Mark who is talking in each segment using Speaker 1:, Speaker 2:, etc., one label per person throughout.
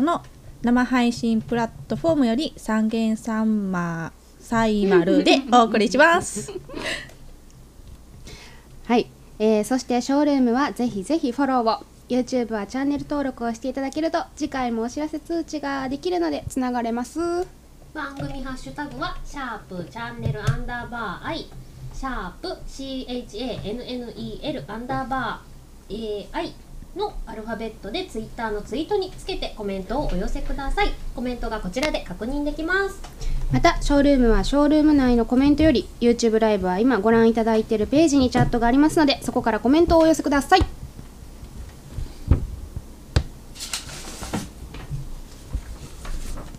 Speaker 1: の生配信プラットフォームより三元三丸イマル でお送りします。
Speaker 2: はい、えーそしてショールームはぜひぜひフォローを YouTube はチャンネル登録をしていただけると次回もお知らせ通知ができるのでつながれます
Speaker 3: 番組ハッシュタグは「シャープチャンネルアンダーバー i」「シャープ CHANNEL アンダーバー AI」のアルファベットでツイッターのツイートにつけてコメントをお寄せくださいコメントがこちらで確認できます
Speaker 2: またショールームはショールーム内のコメントより YouTube ライブは今ご覧いただいているページにチャットがありますのでそこからコメントをお寄せください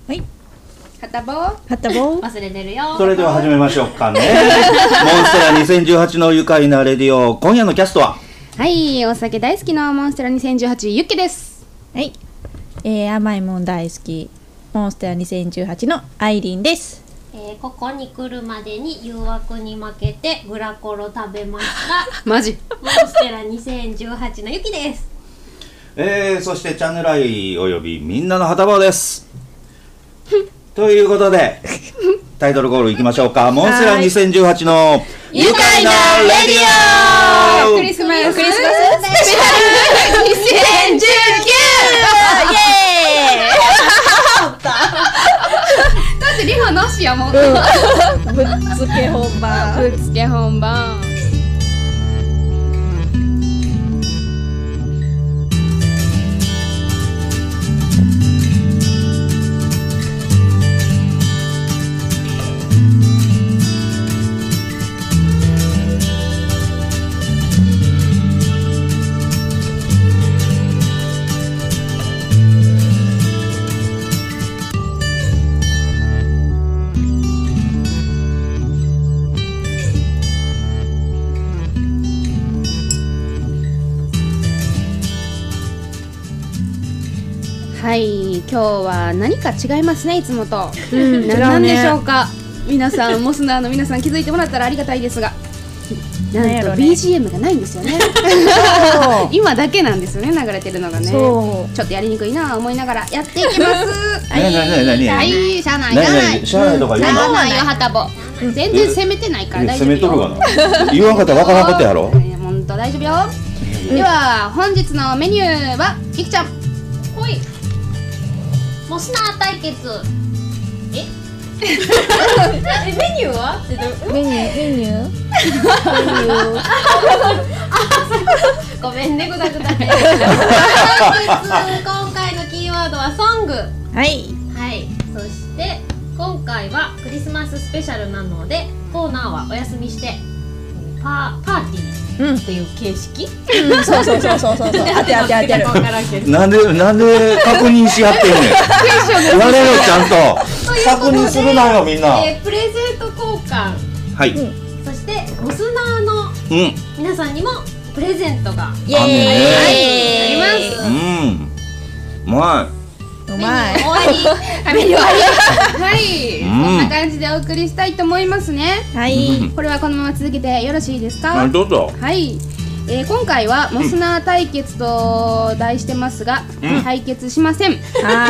Speaker 1: はい、
Speaker 2: はたぼー
Speaker 1: はったぼう。
Speaker 3: 忘れてるよ
Speaker 4: それでは始めましょう かね。モンステラ2018の愉快なレディオ、今夜のキャストは、
Speaker 2: はいお酒大好きなモンステラ2018ユッケです
Speaker 1: はい、えー、甘いもん大好きモンスター2018のアイリンです。
Speaker 3: えーここに来るまでに誘惑に負けてグラコロ食べました
Speaker 2: マジ
Speaker 3: モンステラ2018のゆきです
Speaker 4: えー、そしてチャンネル愛およびみんなの旗棒 です。ということで、タイトルゴールいきましょうか。モンステラ2018の愉快なレディオ
Speaker 2: クリスマスクリスマススペシャル2019だってリハなしやもんぶ
Speaker 1: ぶっつけ本番。
Speaker 2: っつけ本番はい今日は何か違いますねいつもと、うん、
Speaker 1: 違うね
Speaker 2: なんでしょうか皆さんモスナーの皆さん気づいてもらったらありがたいですがなん
Speaker 1: なんやろ
Speaker 2: と
Speaker 1: ね
Speaker 2: BGM がないんですよね 今だけなんですよね流れてるのがね
Speaker 1: そう
Speaker 2: ちょっとやりにくいなぁ思いながらやっていきます
Speaker 4: ねえねえねえねえ
Speaker 2: はいしゃあない
Speaker 4: ね
Speaker 2: しゃあな
Speaker 4: えねえ
Speaker 2: い
Speaker 4: しゃあないとか
Speaker 2: し
Speaker 4: 言う
Speaker 2: ゃあ
Speaker 4: な。
Speaker 2: ないよはたぼ全然攻めてないから
Speaker 4: え
Speaker 2: 大丈夫
Speaker 4: 攻
Speaker 2: よ
Speaker 4: めとるがな。言わんかったらわからんことやろ。
Speaker 2: いやほんと大丈夫よでは本日のメニューはゆ きちゃん
Speaker 3: ほいモスナー対決 ええメニューはってどう
Speaker 1: メニューメニュー。
Speaker 3: ごめんねぐだぐだで本日今回のキーワードはソング
Speaker 1: はい。
Speaker 3: はいそして今回はクリスマススペシャルなのでコーナーはお休みしてパーパーティー
Speaker 1: うん
Speaker 3: っていう形式
Speaker 1: うんそうそうそうそうそうそう。当て当て当てる。
Speaker 3: わからんけど
Speaker 4: なんで、なんで確認し合ってんねん。言われろ、ちゃんと。確認するなよ、みんな。
Speaker 3: えープレゼント交換
Speaker 4: はい。
Speaker 1: う
Speaker 4: うんん。
Speaker 3: そしてモスナーの皆さんにもプレゼントが
Speaker 1: イエー
Speaker 4: 雨
Speaker 1: イ。
Speaker 3: ね
Speaker 1: はい
Speaker 3: ー
Speaker 4: うん。うま
Speaker 1: うまい
Speaker 3: 終。わり
Speaker 2: はい、はい、
Speaker 4: うん
Speaker 2: こんな感じでお送りしたいと思いますね。
Speaker 1: はい。
Speaker 4: い。
Speaker 2: これはこのまま続けてよろしいです
Speaker 4: は
Speaker 2: か
Speaker 4: い、。どうぞ。
Speaker 2: はい、えー今回はモスナー対決と題してますが、
Speaker 4: うん
Speaker 2: 対決しません。
Speaker 1: は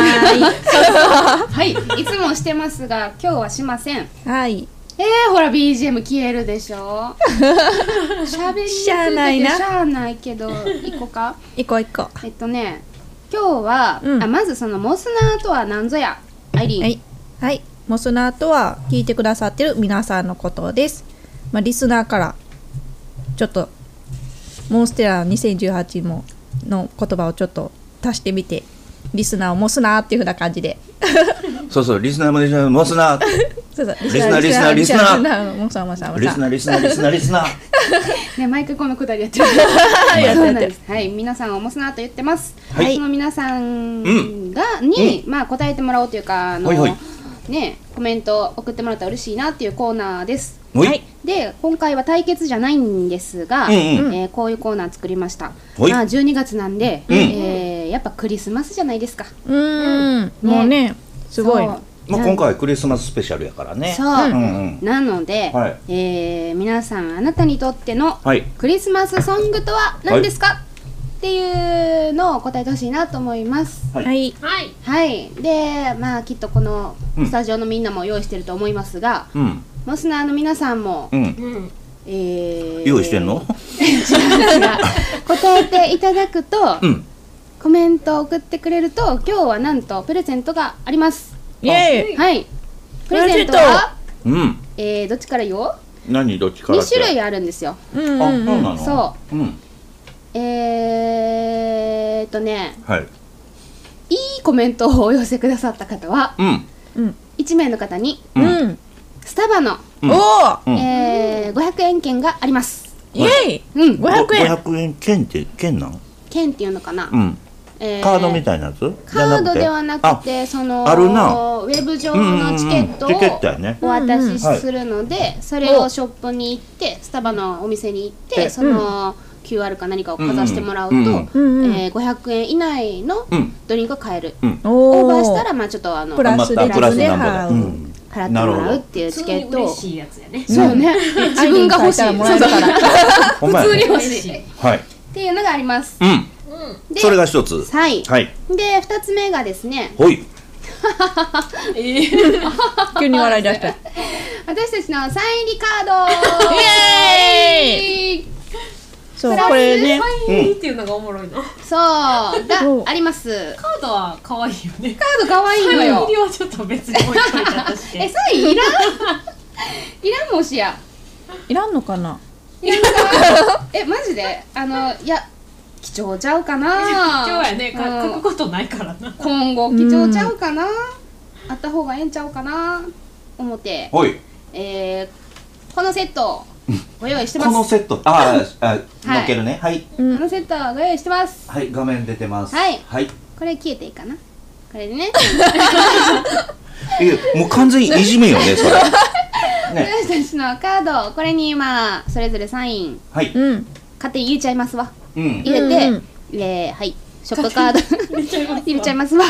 Speaker 2: はい、いつもしてますが、今日はしません。
Speaker 1: ーい。はい。
Speaker 2: えー、ほら BGM 消えるでし ょ喋りにくくて
Speaker 1: しゃあないな
Speaker 2: しゃあないけど行こうか
Speaker 1: 一個一個。は
Speaker 2: えっとね今日は、
Speaker 1: うん
Speaker 2: あまずそのモスナーとは何ぞやアイリーン、
Speaker 1: い。はい。モスナーとは聞いてくださってる皆さんのことです。まあリスナーからちょっとモンステラ2018もの言葉をちょっと足してみて、リスナーをモスナーっていうふうな感じで。
Speaker 4: そうそう、リスナーもリスナーも、モ スナー。
Speaker 1: そうそう。
Speaker 4: リスナーリスナーリスナ
Speaker 1: ー。モスナーモスナーモス
Speaker 4: リ
Speaker 1: ナ
Speaker 4: ス
Speaker 1: ー。
Speaker 4: ナー、リスナー、リスナー、リスナー。
Speaker 2: ね、毎回このくだりや ってる。
Speaker 1: やってる
Speaker 2: そうなんです。はい、皆さんをモスナーと言ってます。
Speaker 1: はい
Speaker 2: その皆さんが、
Speaker 4: うん
Speaker 2: に、まあ、答えてもらおうというか、あの、
Speaker 4: はいはい
Speaker 2: ね、コメントを送ってもらったら嬉しいなっていうコーナーです。
Speaker 4: お
Speaker 1: はい
Speaker 4: い。
Speaker 2: で、今回は対決じゃないんですが、
Speaker 4: うんうん
Speaker 2: えーこういうコーナー作りました。
Speaker 4: はい
Speaker 2: まあ、12月なんで、
Speaker 4: うん
Speaker 2: えーやっぱクリスマスじゃないですか。
Speaker 1: うーん。もうね、すごい。
Speaker 2: そう
Speaker 4: まあ、今回クリスマススペシャルやからね。
Speaker 2: そう、
Speaker 4: うんうん。
Speaker 2: なので、
Speaker 4: はい
Speaker 2: えー皆さんあなたにとっての
Speaker 4: はい
Speaker 2: クリスマスソングとは何ですか、っていうのを答えてほしいなと思います
Speaker 4: はい
Speaker 1: はい。
Speaker 3: はい。
Speaker 2: はいでまあきっとこの
Speaker 4: うん
Speaker 2: スタジオのみんなも用意してると思いますが、
Speaker 4: うん
Speaker 2: モスナーの皆さんも、
Speaker 4: うん
Speaker 3: うん。
Speaker 2: えー
Speaker 4: 用意してんの
Speaker 2: 答えていただくと、
Speaker 4: うん
Speaker 2: コメントを送ってくれると今日はなんとプレゼントがあります
Speaker 1: イェーイ
Speaker 2: はいプレゼントは
Speaker 4: うん
Speaker 2: えー、どっちから言おう
Speaker 4: 何どっちから
Speaker 2: 2
Speaker 4: って
Speaker 2: 種類あるんですよ
Speaker 1: うん
Speaker 4: あ、
Speaker 1: うん
Speaker 4: そう
Speaker 1: うん。
Speaker 4: なの
Speaker 2: そ
Speaker 4: うん
Speaker 2: えーっとね
Speaker 4: はい
Speaker 2: いいコメントをお寄せくださった方は
Speaker 4: うん
Speaker 1: うん。
Speaker 2: 1名の方に
Speaker 4: う
Speaker 1: うんん。
Speaker 2: スタバの、
Speaker 4: うん
Speaker 1: おお
Speaker 4: うん
Speaker 2: えー、500円券があります
Speaker 1: イェイ
Speaker 2: うん
Speaker 1: 500円
Speaker 4: 500円券って券なん
Speaker 2: 券っていうのかな、
Speaker 4: うん
Speaker 2: え
Speaker 4: カードみたいなやつじ
Speaker 2: カ
Speaker 4: ゃなく
Speaker 2: ード
Speaker 4: て
Speaker 2: ではなくてその
Speaker 4: あるな
Speaker 2: ウェブ上のチケットを
Speaker 4: うんうんうんチケットやね
Speaker 2: お渡し
Speaker 4: うんうん
Speaker 2: するので、それをショップに行ってスタバのお店に行って、
Speaker 4: で
Speaker 2: その QR か何かをかざしてもらうと、
Speaker 4: うんうん
Speaker 1: うんうん
Speaker 2: えー500円以内の
Speaker 4: うん
Speaker 2: ドリンクが買える、
Speaker 1: お
Speaker 2: オーバーしたらまあちょっとあの
Speaker 1: プ
Speaker 2: 払
Speaker 1: ラ
Speaker 2: っ
Speaker 4: あま
Speaker 1: スで
Speaker 4: たプラス
Speaker 1: 払
Speaker 4: な
Speaker 1: うん
Speaker 2: て
Speaker 4: ぼで
Speaker 2: も
Speaker 4: なるほ
Speaker 2: らうっ
Speaker 4: ど
Speaker 2: ていうチ
Speaker 3: 普
Speaker 2: ケ
Speaker 3: 通
Speaker 2: ッ
Speaker 3: に
Speaker 2: トを
Speaker 3: 嬉しいやつやね。
Speaker 2: そうね 自分が欲しい
Speaker 1: アイデン書たらもらえるから
Speaker 2: そうそう
Speaker 4: ほんまやね
Speaker 2: 普通に欲しい
Speaker 3: 嬉しい。
Speaker 4: はい
Speaker 2: っていうのがあります
Speaker 4: うん
Speaker 3: うん。
Speaker 2: で
Speaker 4: それが一つ
Speaker 2: はい、
Speaker 4: はい
Speaker 2: で2つ目がですね
Speaker 4: ほい
Speaker 3: ええ。
Speaker 1: 急に笑い出したイ
Speaker 2: 私たちのサイン入りカード
Speaker 1: エーイそうこれね
Speaker 3: 可愛いっていうのがおもろいな。
Speaker 2: そう
Speaker 1: そう
Speaker 2: があります
Speaker 3: カードは可愛いよね。カ
Speaker 2: カード可愛いの
Speaker 3: 入
Speaker 2: よ
Speaker 3: りはちょっと別に置いといたとし
Speaker 2: え
Speaker 3: て。
Speaker 2: サインいら んいらんもしや
Speaker 1: いらんのかない
Speaker 2: らんかえマジであのいや貴重ちゃうかな
Speaker 3: 今日やね、か
Speaker 2: うん
Speaker 3: 書くことないからな。
Speaker 2: 今後貴重ちゃうかな、あった方がええんちゃうかな思って、
Speaker 4: ほい
Speaker 2: えー、このセットをご用意してま
Speaker 4: こ
Speaker 2: す
Speaker 4: のセットあーあ
Speaker 2: はい
Speaker 4: のっけるねはい
Speaker 1: うん
Speaker 2: このセットをご用意してます
Speaker 4: はい画面出てます
Speaker 2: はい
Speaker 4: はい
Speaker 2: これ消えていいかなこれで ね
Speaker 4: いやもう完全にいじめ よねそれね
Speaker 2: 私たちのカードをこれに今それぞれサイン
Speaker 4: はい
Speaker 1: うん
Speaker 2: 勝手に入れちゃいますわ
Speaker 4: うん
Speaker 2: 入れて、
Speaker 1: うん
Speaker 2: えーはいショップカード
Speaker 3: 入れちゃいますわ
Speaker 2: 入れちゃいますわ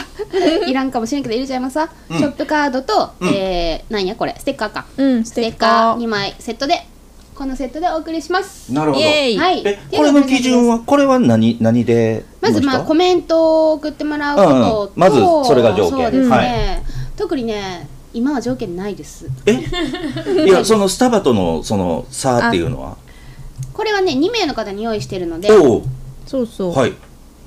Speaker 2: いらんかもしれんけど入れちゃいますわ、
Speaker 4: うん
Speaker 2: ショップカードと、
Speaker 4: うん
Speaker 2: えー、なんやこれステッカーか
Speaker 1: うんス
Speaker 2: ステ
Speaker 1: テ
Speaker 2: ッ
Speaker 1: ッカ
Speaker 2: カー2
Speaker 1: ー
Speaker 2: 枚セットでこのセットでお送りします
Speaker 4: なるほ
Speaker 1: イ
Speaker 4: ど
Speaker 1: エーイ
Speaker 2: はい
Speaker 4: えこれの基準はこれは何何で
Speaker 2: まずまあコメントを送ってもらうことと、
Speaker 4: うんうんまずそれが条件
Speaker 2: そうですね、
Speaker 4: は
Speaker 2: 特にね今は条件ないです
Speaker 4: いやそのスタバとのその差っていうのは
Speaker 2: これはね2名の方に用意してるので
Speaker 4: お
Speaker 1: そうそ
Speaker 4: お
Speaker 1: う
Speaker 4: はい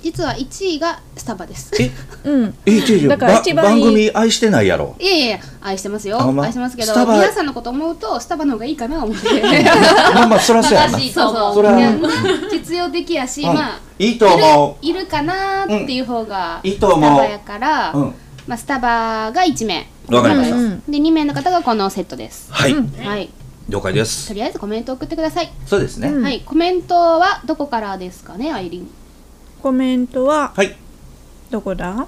Speaker 2: 実は1位がスタバです
Speaker 4: え
Speaker 1: うん
Speaker 4: え違う 違う
Speaker 1: だから一番い
Speaker 4: 番
Speaker 1: い
Speaker 4: 組愛してないやろ
Speaker 2: いやいやいや愛してますよ
Speaker 4: あほんま
Speaker 2: 愛してますけど
Speaker 4: スタバ
Speaker 2: 皆さんのこと思うとスタバの方がいいかな思って
Speaker 4: まあまあそらそうやな
Speaker 3: 正しい
Speaker 2: そうそう
Speaker 4: それはい
Speaker 2: や実用的やし、
Speaker 4: うん
Speaker 2: まあ
Speaker 4: いいと思
Speaker 2: いるいるかなーっていう方が、
Speaker 4: うんいいと思う
Speaker 2: スタバやから、
Speaker 4: ううん
Speaker 2: まあ、スタバが1名
Speaker 4: わかりまし
Speaker 1: う
Speaker 4: た
Speaker 1: んうん
Speaker 2: で2名の方がこのセットです、
Speaker 4: はい
Speaker 2: はい、
Speaker 4: 了解で
Speaker 2: と
Speaker 4: す
Speaker 2: りあえずコメント送ってください、
Speaker 4: そうですね
Speaker 1: うん
Speaker 2: はいコメントはどこからですかねアイリン
Speaker 1: コメントは
Speaker 4: はい
Speaker 1: どこだ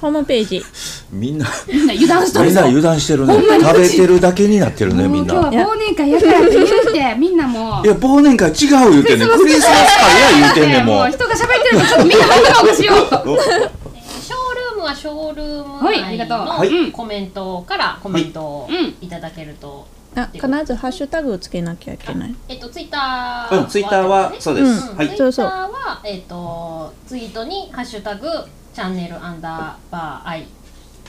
Speaker 1: ホームページ
Speaker 4: みんな
Speaker 2: みんな油断しと
Speaker 4: み
Speaker 2: る
Speaker 4: ん
Speaker 2: ぞ
Speaker 4: な油断してるね
Speaker 2: んまに
Speaker 4: 食べてるだけになってるね
Speaker 2: も
Speaker 4: み
Speaker 2: うん今日は
Speaker 4: な
Speaker 2: 忘年会やからって言うてみんなもう
Speaker 4: いや忘年会違う言うてんねんクリスマス会や言うてんねんも
Speaker 2: う人が喋ってるのちょっとみんな反応しよう
Speaker 4: う
Speaker 3: ショールームはショールーム
Speaker 2: はいありがとう
Speaker 4: はい
Speaker 3: 内のコメントからコメントを
Speaker 2: はいうん
Speaker 3: いただけると、
Speaker 1: あ必ずハッシュタグをつけなきゃいけない
Speaker 3: えっとツイッター
Speaker 4: うんツイッターはそう
Speaker 1: う
Speaker 4: で
Speaker 1: ん
Speaker 4: すはい
Speaker 3: ツイ
Speaker 1: そ
Speaker 3: ッ
Speaker 1: う
Speaker 3: タ
Speaker 1: そ
Speaker 3: ー
Speaker 1: う
Speaker 3: はえっとツイートにハッシュタグチャンネルアンダーバー i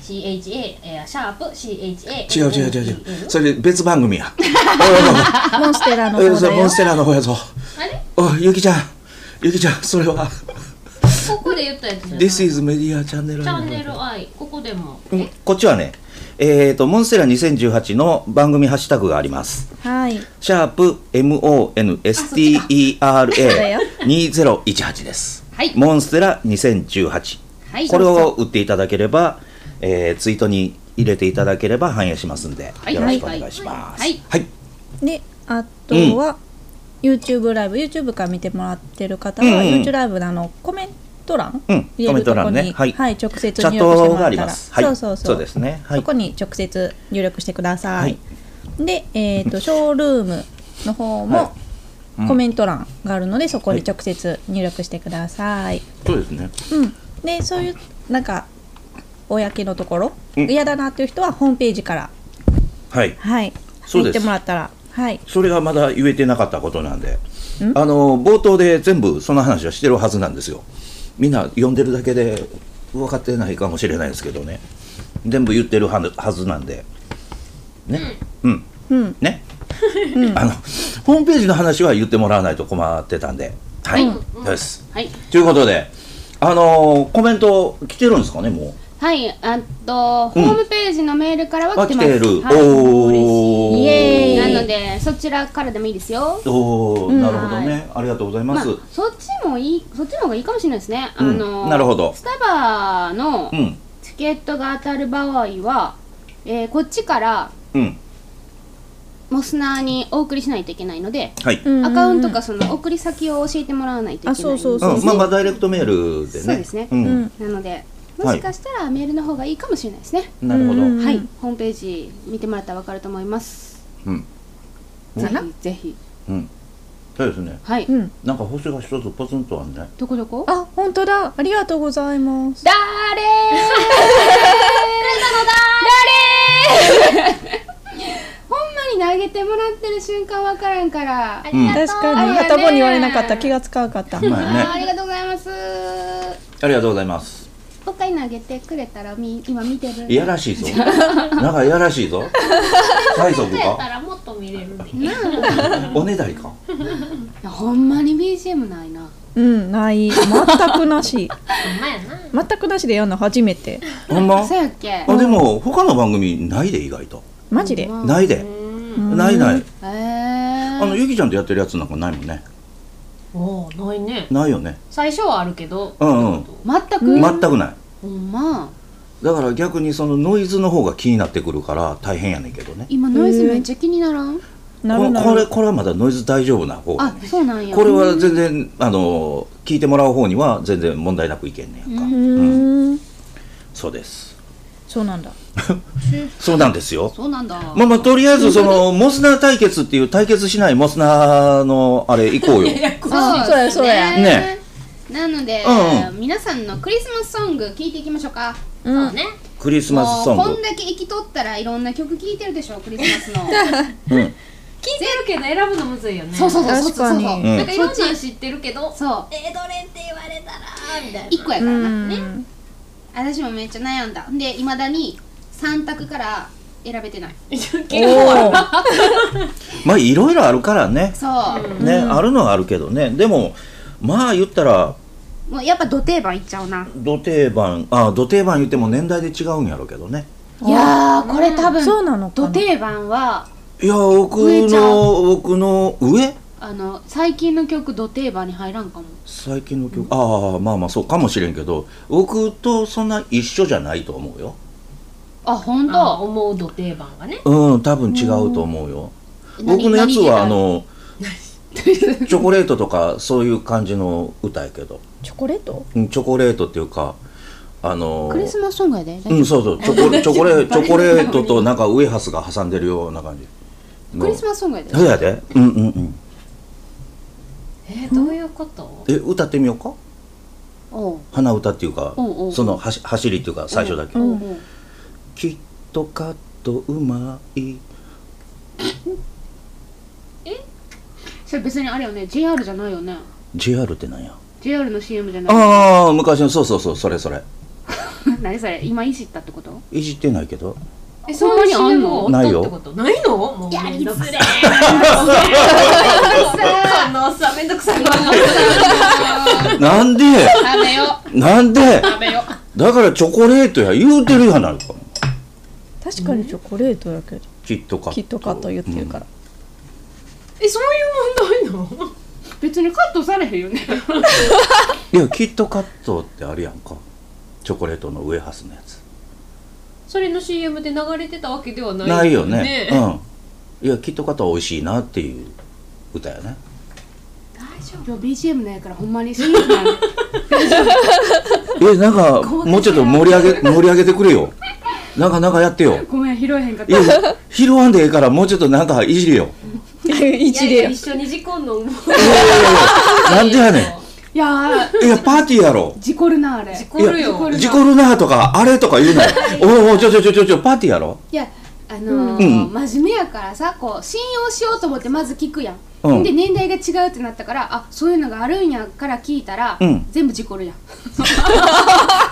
Speaker 3: CHA えーシャープ CHA
Speaker 4: 違う違う違う違うそれ別番組 やおいお
Speaker 1: モンステラの
Speaker 4: いおいおい
Speaker 1: 方
Speaker 4: そ
Speaker 1: だ
Speaker 4: れモ
Speaker 1: よ
Speaker 4: ンステラの方やぞ
Speaker 3: あれ
Speaker 4: おいゆきちゃんゆきちゃんそれ は
Speaker 3: ここで言ったやつじゃない
Speaker 4: This is Media チャンネル
Speaker 3: チャンネル I ここでも
Speaker 4: うんこっちはねえー、とモンステラ2018の番組ハッシュタグがあります
Speaker 1: はい
Speaker 4: シャープ m o n s t e r
Speaker 1: だ
Speaker 4: a
Speaker 1: よ
Speaker 4: 2 0 1 8です、
Speaker 2: はい
Speaker 4: モンステラ2018、
Speaker 2: はい
Speaker 4: これを打っていただければ、えーツイートに入れていただければ反映しますんで、
Speaker 2: はい
Speaker 4: よろしくお願いします
Speaker 2: はい
Speaker 4: はい、
Speaker 1: であとは、YouTube ライブ YouTube から見てもらってる方は、
Speaker 4: うんうんうん
Speaker 1: YouTube ライブのあのコメント欄、
Speaker 4: うん
Speaker 1: 入れるとこ
Speaker 4: コメント欄
Speaker 1: に、
Speaker 4: ねはい
Speaker 1: 直接入力
Speaker 4: チャ
Speaker 1: して
Speaker 4: ッ
Speaker 1: も
Speaker 4: ト
Speaker 1: ら
Speaker 4: があ
Speaker 1: っ
Speaker 4: り
Speaker 1: た
Speaker 4: ま
Speaker 1: ら
Speaker 4: すはい
Speaker 1: そうそうそう
Speaker 4: ですねはい
Speaker 1: そこに直接入力してください、で、えー、とショールームの方
Speaker 4: は
Speaker 1: も
Speaker 4: うん
Speaker 1: コメント欄があるので、そこに直接入力してください、
Speaker 4: そうですね
Speaker 1: うん、でそういうなんか公のところ
Speaker 4: うん
Speaker 1: 嫌だなっていう人はホームページから
Speaker 4: はい
Speaker 1: はい
Speaker 4: そう
Speaker 1: 入
Speaker 4: で
Speaker 1: っ
Speaker 4: す
Speaker 1: てもらったらはい
Speaker 4: それがまだ言えてなかったことなんで
Speaker 1: ん
Speaker 4: あの冒頭で全部その話はしてるはずなんですよみんな読んでるだけで分かってないかもしれないですけどね全部言ってるはずはずなんでねうん、
Speaker 1: うん
Speaker 4: ね、あのホームページの話は言ってもらわないと困ってたんではい、
Speaker 2: うん
Speaker 4: です
Speaker 2: はい
Speaker 4: ということであのーコメント来てるんですかねも
Speaker 2: はいあとホ
Speaker 4: うん
Speaker 2: ームページのメールから
Speaker 4: う
Speaker 2: は
Speaker 4: あ
Speaker 2: 来てま
Speaker 4: 来
Speaker 2: す、
Speaker 4: てる、
Speaker 2: はい
Speaker 4: お
Speaker 2: 嬉
Speaker 4: ー
Speaker 2: しい
Speaker 1: イエーイ
Speaker 2: なのでそちらからでもいいですよ
Speaker 4: おー
Speaker 1: うん
Speaker 4: なるほどねありがとうございます、
Speaker 2: あ、そっちもいいそっちの方がいいかもしれないですね、
Speaker 4: うん
Speaker 2: あの
Speaker 4: なるほど
Speaker 2: スタバの
Speaker 4: うん
Speaker 2: チケットが当たる場合は、えーこっちから
Speaker 4: うん
Speaker 2: モスナーにお送りしないといけないので
Speaker 4: はい、
Speaker 1: うん
Speaker 2: アカウントかその送り先を教えてもらわないといけない
Speaker 1: あそうそうそう
Speaker 4: うん、まあまあダイレクトメールでね
Speaker 2: そうですね
Speaker 4: う
Speaker 1: う
Speaker 4: ん
Speaker 1: ん
Speaker 2: なので
Speaker 4: は
Speaker 2: も
Speaker 4: い
Speaker 2: しかしたらメールの方がいいかもしれないですね、
Speaker 4: なるほど、
Speaker 1: う
Speaker 4: うんん
Speaker 2: はいホームページ見てもらったらわかると思います
Speaker 4: うん
Speaker 1: うん
Speaker 2: ぜ
Speaker 1: かな
Speaker 2: ひぜひ
Speaker 4: そうですね
Speaker 2: はい、
Speaker 1: うん
Speaker 4: なんか星が一つポツンとあるね
Speaker 2: どこどこ
Speaker 1: あ本当だありがとうございます
Speaker 2: だーれー ほんまに投げてもらってる瞬間わからんから
Speaker 3: ありがとう、
Speaker 1: 確かに
Speaker 2: ありが
Speaker 1: は
Speaker 2: と
Speaker 1: た
Speaker 2: う
Speaker 1: ぼに言われなかった気がつかなかった
Speaker 4: うまいね
Speaker 2: あーありがとうございます
Speaker 4: ありがとうございます
Speaker 2: もう一回投げてくれたらみ今見てる
Speaker 4: いやらしいぞなんかいやらしいぞ最速
Speaker 3: そうやった
Speaker 4: から
Speaker 3: もっと見れるんで
Speaker 4: おねだりか
Speaker 2: いやほんまに BGM ないな
Speaker 1: うんない全くなし
Speaker 3: ほんまやな
Speaker 1: 全くなしでやるの初めて
Speaker 4: ほんま
Speaker 2: そうやっけ
Speaker 4: あでも他の番組ないで意外と
Speaker 1: マジで
Speaker 2: ほんま
Speaker 4: ないで
Speaker 3: うん
Speaker 1: うん
Speaker 4: ないない
Speaker 2: え
Speaker 4: あの
Speaker 2: ー、
Speaker 4: ゆきちゃんとやってるやつなんかないもんね
Speaker 3: おーないね
Speaker 4: ないよね
Speaker 3: 最初はあるけど
Speaker 4: うんうん
Speaker 2: 全く、
Speaker 4: 全くない
Speaker 2: ほんま
Speaker 4: だから逆にそのノイズの方が気になってくるから大変やねんけどね
Speaker 2: 今ノイズめっちゃ気にならん、
Speaker 1: なるな
Speaker 4: ここれ
Speaker 1: る
Speaker 4: これはまだノイズ大丈夫な方
Speaker 2: あそうなんや
Speaker 4: これは全然あの聞いてもらう方には全然問題なくいけんねやんか、
Speaker 1: うーん
Speaker 4: そうです
Speaker 1: そうなんだ
Speaker 4: そうなんですよ
Speaker 2: そうなんだ
Speaker 4: まあまあとりあ えずそのモスナー対決っていう対決しないモスナーの あれ行こうよ
Speaker 2: そ
Speaker 1: そ
Speaker 2: う
Speaker 1: うやそうや
Speaker 2: です
Speaker 4: ね
Speaker 2: なので、
Speaker 4: うんうん
Speaker 2: 皆さんのクリスマスソング聞いていきましょうか
Speaker 1: う
Speaker 3: そうんね
Speaker 4: クリスマスソン
Speaker 2: もうこ
Speaker 4: グ
Speaker 2: んだけ生きとったらいろんな曲聞いてるでしょクリスマスの
Speaker 4: うん
Speaker 3: 聞いてるけど選ぶのむずいよね
Speaker 2: そうそうそうそう
Speaker 1: 確かに
Speaker 2: そう
Speaker 4: うん
Speaker 3: なんかいろんなん知ってるけど
Speaker 2: そう
Speaker 3: えー、どれって言われたらみたい
Speaker 2: 一個や
Speaker 1: う
Speaker 2: からな、
Speaker 1: ん
Speaker 2: 私もめっちゃ悩んだでいまだに3択から選べてない
Speaker 1: おー
Speaker 4: まあいろいろあるからね
Speaker 2: そう、
Speaker 4: ね、あるのはあるけどねでもまあ言ったら
Speaker 2: もうやっぱド定番いっちゃうな
Speaker 4: 土定番あ土定番言っても年代で違うんやろうけどね
Speaker 2: いやーこれ多分、
Speaker 1: そうなのか
Speaker 2: ド
Speaker 1: な
Speaker 2: 定番はい
Speaker 4: や僕
Speaker 2: 上ちゃん
Speaker 4: の僕の上
Speaker 2: あの最近の曲ド定番に入らんかも
Speaker 4: 最近の曲、ああまあまあそうかもしれんけど僕とそんな一緒じゃないと思うよ
Speaker 2: あ本
Speaker 3: なあ
Speaker 2: 当
Speaker 3: 思うど定番がね
Speaker 4: うん多分違うと思うよ
Speaker 2: 何
Speaker 4: 僕のやつはあ
Speaker 2: 何
Speaker 4: のチョコレートとかそういう感じの歌やけど
Speaker 1: チョコレート
Speaker 4: うんチョコレートっていうかあの
Speaker 2: クリスマスソングやで、
Speaker 4: うんそうそうチョコチョコレチョコレートとなんかウエハースが挟んでるような感じの
Speaker 2: クリスマスソングやで
Speaker 4: そうやでうんうんうん
Speaker 3: えー、どういうこと
Speaker 4: え歌ってみようか
Speaker 2: おう
Speaker 4: 鼻歌っていうか
Speaker 2: うんうんうん
Speaker 4: そのはし走りっていうか最初だけ
Speaker 2: おうおう
Speaker 4: きっとカットうまい
Speaker 2: それ別にあれよね JR じゃないよね
Speaker 4: JR ってなんや
Speaker 2: JR の CM じゃない
Speaker 4: ああ昔のそうそうそうそれそれ
Speaker 2: 何それ今いじったってこと
Speaker 4: いじってないけど
Speaker 3: え
Speaker 2: ほんまにあんの
Speaker 3: そうう CM があったってことないのもう
Speaker 2: やりづらい
Speaker 3: めんどくせえ このおっさんめんどくさいわ
Speaker 4: なんで
Speaker 2: 食べよ
Speaker 4: なんで
Speaker 2: 食べよ
Speaker 4: だからチョコレートや言うてるやないか
Speaker 1: 確かにチョコレートだけど
Speaker 4: きっとカット
Speaker 1: キットカット言ってるから
Speaker 3: えそういう問題なの
Speaker 2: 別にカットされへんよね
Speaker 4: うんいやきっとカットってあるやんかチョコレートのウエハースのやつ
Speaker 3: それの CM で流れてたわけではない
Speaker 4: ないよねうんいやきっとカットは美味しいなっていう歌やね
Speaker 2: 大丈 夫今日 BGM ないからほんまに CM なん で
Speaker 4: えなんかもうちょっと盛り 上げ盛り上げてくれよなんかなんかやってよ
Speaker 2: ごめん拾えへんかっ
Speaker 4: い
Speaker 2: た
Speaker 4: や拾わんでええからもうちょっとなんかいじれよ
Speaker 3: いや
Speaker 1: 一
Speaker 3: いや
Speaker 1: 例
Speaker 3: 一緒に事故んのも
Speaker 4: いやいやいやなんでやね
Speaker 2: いやー
Speaker 4: んいやパーティーやろ
Speaker 2: 事故るなあれ
Speaker 3: 事故る
Speaker 4: いや
Speaker 3: よ
Speaker 4: 事故るなとかあれとか言うなよおいおいちょちょちょちょちょパーティーやろ
Speaker 2: いやあの
Speaker 4: うん
Speaker 2: ー
Speaker 4: うん
Speaker 2: 真面目やからさこう信用しようと思ってまず聞くやん、
Speaker 4: うん
Speaker 2: で年代が違うってなったからあそういうのがあるんやから聞いたら、
Speaker 4: うん
Speaker 2: 全部事故るやん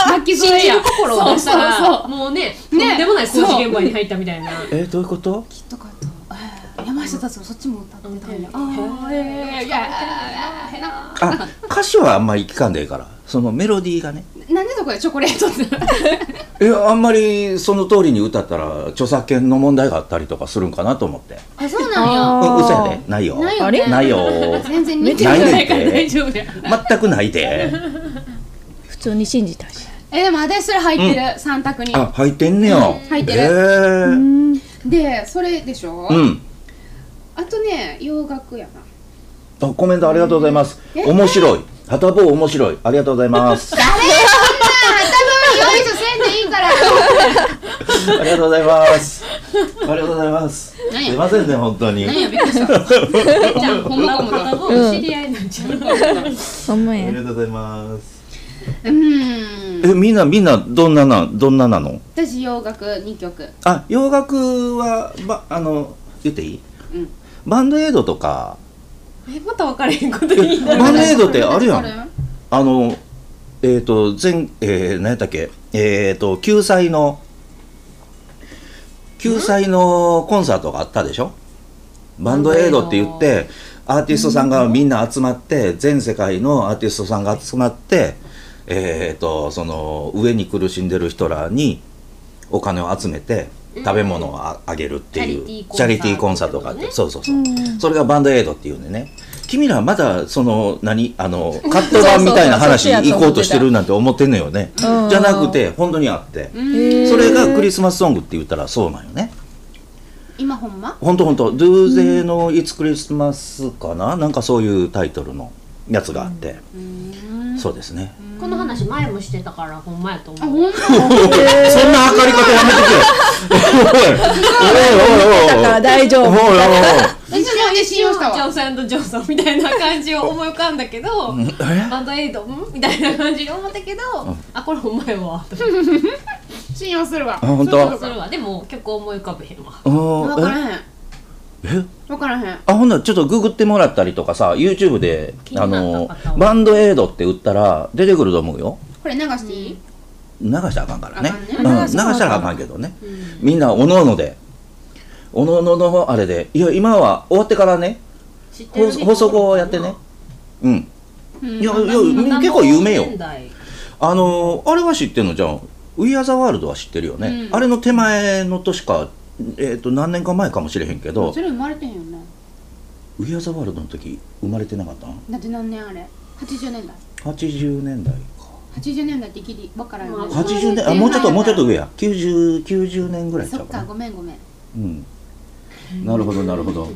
Speaker 2: 泣き添
Speaker 3: 信
Speaker 2: え
Speaker 3: じ
Speaker 2: や
Speaker 3: る
Speaker 2: ん
Speaker 3: 心を出したら
Speaker 2: そうそうそう
Speaker 3: もうねとん
Speaker 2: ね
Speaker 3: でもない工事現場に入ったみたいな。
Speaker 4: えどういうこと
Speaker 2: きっとかと、えー、山下達郎そっちも歌ってたんや、
Speaker 3: うん
Speaker 2: ああええいやいやいや
Speaker 4: あ歌詞はあんまり聞かんでいいからそのメロディーがね
Speaker 2: なんでそこでチョコレートって
Speaker 4: えあんまりその通りに歌ったら著作権の問題があったりとかするんかなと思って
Speaker 2: あそう
Speaker 1: なんや
Speaker 4: うん嘘やでないよ
Speaker 2: ないよ
Speaker 1: あれ
Speaker 4: ないよ
Speaker 2: 全然
Speaker 1: 見
Speaker 2: 見
Speaker 1: て
Speaker 2: て
Speaker 4: な
Speaker 2: ないい
Speaker 3: だ
Speaker 4: ねん
Speaker 3: から大
Speaker 4: て
Speaker 3: 丈夫や。
Speaker 4: 全くないで
Speaker 1: 普通に信じたし
Speaker 2: えでも私それ入ってる、三択に
Speaker 4: あ入ってんねや
Speaker 2: 入ってる
Speaker 4: えー
Speaker 1: うん
Speaker 2: でそれでしょ、
Speaker 4: うん
Speaker 2: あとね洋楽やな
Speaker 4: あコメントありがとうございます
Speaker 2: えー
Speaker 4: 面白いはたぼう面白いありがとうございま すあ
Speaker 2: よいしょせんでいいから
Speaker 4: りがとうございますありがとうございますす
Speaker 2: 何や
Speaker 4: いませんね本当に
Speaker 2: 何
Speaker 4: あ
Speaker 2: やびっくりしたじゃんほんまごもだ
Speaker 3: もう知り合いなんちゃう。
Speaker 1: ほんまや
Speaker 4: りがとうございます
Speaker 2: うーん
Speaker 4: えみんなみんなどんななどんななの
Speaker 2: 私洋楽二曲
Speaker 4: あ洋楽はばあの言っていい
Speaker 2: うん
Speaker 4: バンドエイドとか
Speaker 3: えまた分かれへんこと言いなが
Speaker 4: バ
Speaker 3: ら
Speaker 4: ンドエイドってあるやんあのえっ、と前えー、何やったっけえっ、と救済の救済のコンサートがあったでしょバンドエイドって言ってアーティストさんがみんな集まって全世界のアーティストさんが集まってえっ、とその上に苦しんでる人らにお金を集めて食べ物をああげるっていうチ
Speaker 3: チ
Speaker 4: ャ
Speaker 3: ャ
Speaker 4: リ
Speaker 3: リ
Speaker 4: テ
Speaker 3: テ
Speaker 4: ィ
Speaker 3: ィー
Speaker 4: ーコ
Speaker 3: コ
Speaker 4: ン
Speaker 3: ン
Speaker 4: サ
Speaker 3: サー
Speaker 4: ート
Speaker 3: ト
Speaker 4: があって、
Speaker 3: ね
Speaker 4: そうそうそう、
Speaker 1: うん
Speaker 4: それがバンドエイドっていうねね君らまだその何あのカット版みたいな 話に行こうとしてるなんて思ってんのよねじ
Speaker 1: うん
Speaker 4: ゃなくて本当にあって
Speaker 1: へー
Speaker 4: それがクリスマスソングって言ったらそうなんよね
Speaker 2: 今ほんま
Speaker 4: 本当本当ドゥーゼーの「いつクリスマス」かななんかそういうタイトルのやつがあって
Speaker 2: うーん
Speaker 4: そうですね
Speaker 3: この話前もしてたからほんまやと
Speaker 2: あ
Speaker 3: 思う。
Speaker 2: ほんま
Speaker 4: そんな測り方やめて
Speaker 1: だ
Speaker 4: くれおいおいおいおいおい
Speaker 1: から大丈
Speaker 4: おいお
Speaker 1: 夫
Speaker 4: い
Speaker 2: 一応ね信用した
Speaker 3: ジョ
Speaker 2: わ
Speaker 3: ンソンジョンソンみたいな感じを思い浮かんだけど、
Speaker 4: おいえ
Speaker 3: バンドエイドんみたいな感じに思ったけど、あこれほんまやわと思って
Speaker 2: 信用するわ
Speaker 4: あほんと
Speaker 2: そういうこ
Speaker 3: そ
Speaker 2: と
Speaker 3: れ
Speaker 2: か
Speaker 3: はでも曲思い浮かべへんわ。
Speaker 4: うん
Speaker 2: 分からへん
Speaker 4: ええ
Speaker 2: 分からへん
Speaker 4: あほんならちょっとググってもらったりとかさ YouTube で
Speaker 3: 気
Speaker 4: あ
Speaker 3: になった
Speaker 4: の
Speaker 3: 方は
Speaker 4: バンドエイドって打ったら出てくると思うよ
Speaker 2: これ流していい
Speaker 4: 流したらあかんからね
Speaker 2: あか
Speaker 4: うんん、
Speaker 1: ね
Speaker 4: 流したらあかんけどね、
Speaker 3: うん
Speaker 4: みんなおのおのでおのおののあれでいや今は終わってからね
Speaker 3: 知って
Speaker 4: 放
Speaker 3: る
Speaker 4: 放送後をやってねうん
Speaker 2: うん
Speaker 4: いや
Speaker 3: 人も
Speaker 4: いや結構有名よ
Speaker 3: 年代
Speaker 4: あのあれは知ってんのじゃん「We Are the World」は知ってるよね、
Speaker 2: うん
Speaker 4: あれの手前の年かえっ、と何年か前かもしれへんけど
Speaker 2: それ生まれてへんよな
Speaker 4: 「We Are the World」の時生まれてなかったん
Speaker 2: だって何年あれ80年代
Speaker 4: 80年代か
Speaker 2: 80年代ってギリ分からんよね
Speaker 3: まあ
Speaker 4: 80年あもうちょっともうちょっと上や90 90年ぐらいちゃ
Speaker 2: そうっか
Speaker 4: かな
Speaker 2: ごめんごめん
Speaker 4: うんなるほどなるほど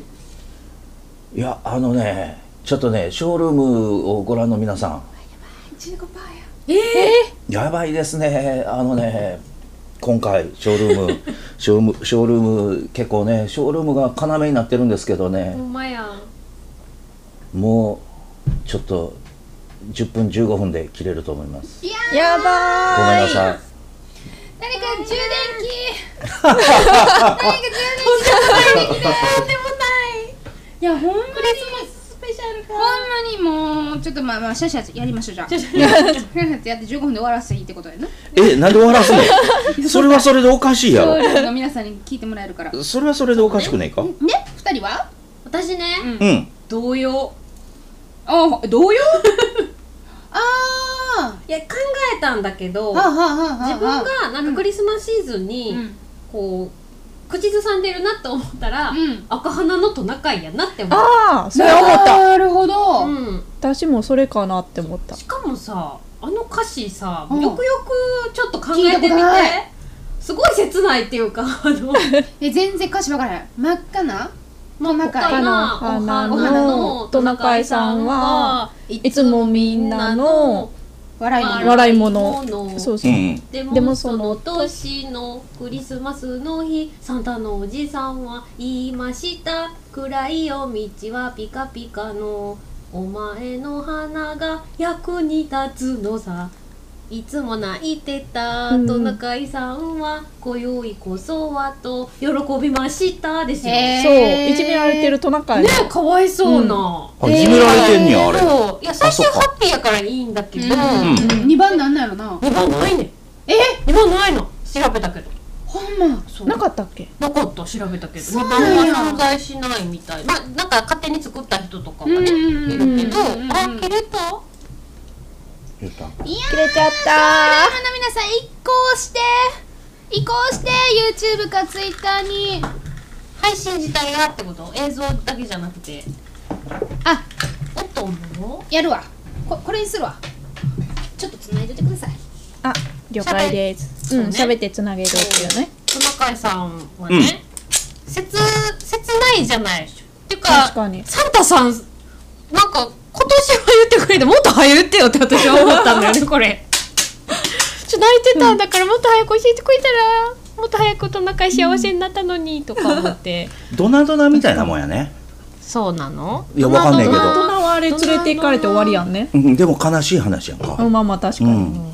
Speaker 4: いやあのねちょっとねショールームをご覧の皆さ
Speaker 2: 15%や
Speaker 4: んやばいですねあのね今回ショールーム ショームショールーム結構ねショールームが要になってるんですけどね
Speaker 3: ほんまやん。
Speaker 4: もうちょっと10分15分で切れると思います
Speaker 1: や
Speaker 4: ごめん
Speaker 1: ば
Speaker 4: な
Speaker 1: ーい
Speaker 4: さい
Speaker 2: 誰か充電器誰か充電器でもないいやほんまに
Speaker 3: スペシャルか。
Speaker 2: ほんまにもうちょっとまあまあシャシャやりましょうじゃあシャシャやって15分で終わらせていいってことやな
Speaker 4: えなんで終わらす のそれはそれでおかしいや
Speaker 2: そう
Speaker 4: ろ
Speaker 2: いうのが皆さんに聞いてもらえるからね
Speaker 4: それはそれでおかしくないか
Speaker 2: 二人は
Speaker 3: 私ね、
Speaker 2: うん
Speaker 4: うん
Speaker 3: 同様。
Speaker 2: ああ同様あ
Speaker 3: いや考えたんだけど
Speaker 2: ーあはあはあはあ
Speaker 3: 自分がなんかクリスマスシーズンに、
Speaker 2: うん
Speaker 3: こう口ずさんでるなと思ったら、
Speaker 2: うん
Speaker 3: 赤花のトナカイやなって思っ
Speaker 1: ああそれ思った
Speaker 2: なるほ
Speaker 3: た、
Speaker 2: ど、
Speaker 3: うん、
Speaker 1: 私もそれかなって思った
Speaker 3: しかもさあの歌詞さ、
Speaker 2: うん
Speaker 3: よくよくちょっと考えて
Speaker 2: 聞い
Speaker 3: み
Speaker 2: たこ
Speaker 3: て
Speaker 2: とない
Speaker 3: すごい切ないっていうか あの
Speaker 2: え全然歌詞わからへん真っ赤なもう
Speaker 3: 真
Speaker 2: 真
Speaker 3: っ
Speaker 2: っ
Speaker 3: 赤
Speaker 2: 赤
Speaker 3: な
Speaker 1: お花
Speaker 2: の
Speaker 3: お花の
Speaker 1: トナカイさんは
Speaker 3: はい
Speaker 1: つもみんなの
Speaker 2: 笑いも
Speaker 3: まあ
Speaker 2: の
Speaker 1: 笑い物
Speaker 3: 物
Speaker 1: そう
Speaker 4: う
Speaker 1: そうん
Speaker 3: でも
Speaker 1: でも
Speaker 3: そ
Speaker 1: そ
Speaker 3: の
Speaker 1: の
Speaker 3: 年のクリスマスの日サンタのおじさんは言いました暗いお道はピカピカのお前の花が役に立つのさいつも泣いてたトナカイさんは今宵こそはと喜びましたですよ、
Speaker 2: へー
Speaker 1: そういじめられてるトナカイ
Speaker 3: ねえかわいそうな、
Speaker 4: あいじめられてんねやあれ
Speaker 3: そういや最初
Speaker 4: あそっか
Speaker 3: ハッピーやからいいんだけど、二
Speaker 4: うん
Speaker 2: 2番なんなんやろな
Speaker 3: 2番ないねん
Speaker 2: え
Speaker 3: 2番ないの調べたけど
Speaker 2: ほんま
Speaker 3: そう
Speaker 1: なかったっけ
Speaker 3: なかった調べたけど
Speaker 2: う
Speaker 3: 2
Speaker 2: なんや
Speaker 3: 番は存在しないみたいまあなんか勝手に作った人とか
Speaker 2: うん
Speaker 3: がね
Speaker 2: うん
Speaker 3: い
Speaker 2: うん
Speaker 3: るけど
Speaker 2: うん
Speaker 3: あ切れた
Speaker 4: 言ったんか
Speaker 1: 切れちゃった
Speaker 2: の皆さん移行して移行して YouTube か Twitter に
Speaker 3: 配信自体がってこと映像だけじゃなくて
Speaker 2: あ
Speaker 3: 音も
Speaker 2: やるわここれにするわちょっと繋いでてください
Speaker 1: あ了解ですうん
Speaker 3: そうね
Speaker 1: 喋ってつなげるっていうね
Speaker 3: トナカイさんは
Speaker 4: うん
Speaker 3: ね、切切ないじゃないっていうか
Speaker 1: 確かに
Speaker 3: サンタさんなんか今年は言ってくれてもっと早言ってよって私は思 ったんだよねこれちょ泣いてたんだからもっと早く教えてくれたら、もっと早くトナカイ幸せになったのにとか思って
Speaker 4: ドナドナみたいなもんやね
Speaker 3: そうなの
Speaker 4: いやわかんないけど
Speaker 1: 大人はあれ連れて行かれて終わりやんね
Speaker 4: うんでも悲しい話やん
Speaker 1: う
Speaker 4: か
Speaker 1: んまあまあ確か
Speaker 4: う
Speaker 1: に、
Speaker 4: ん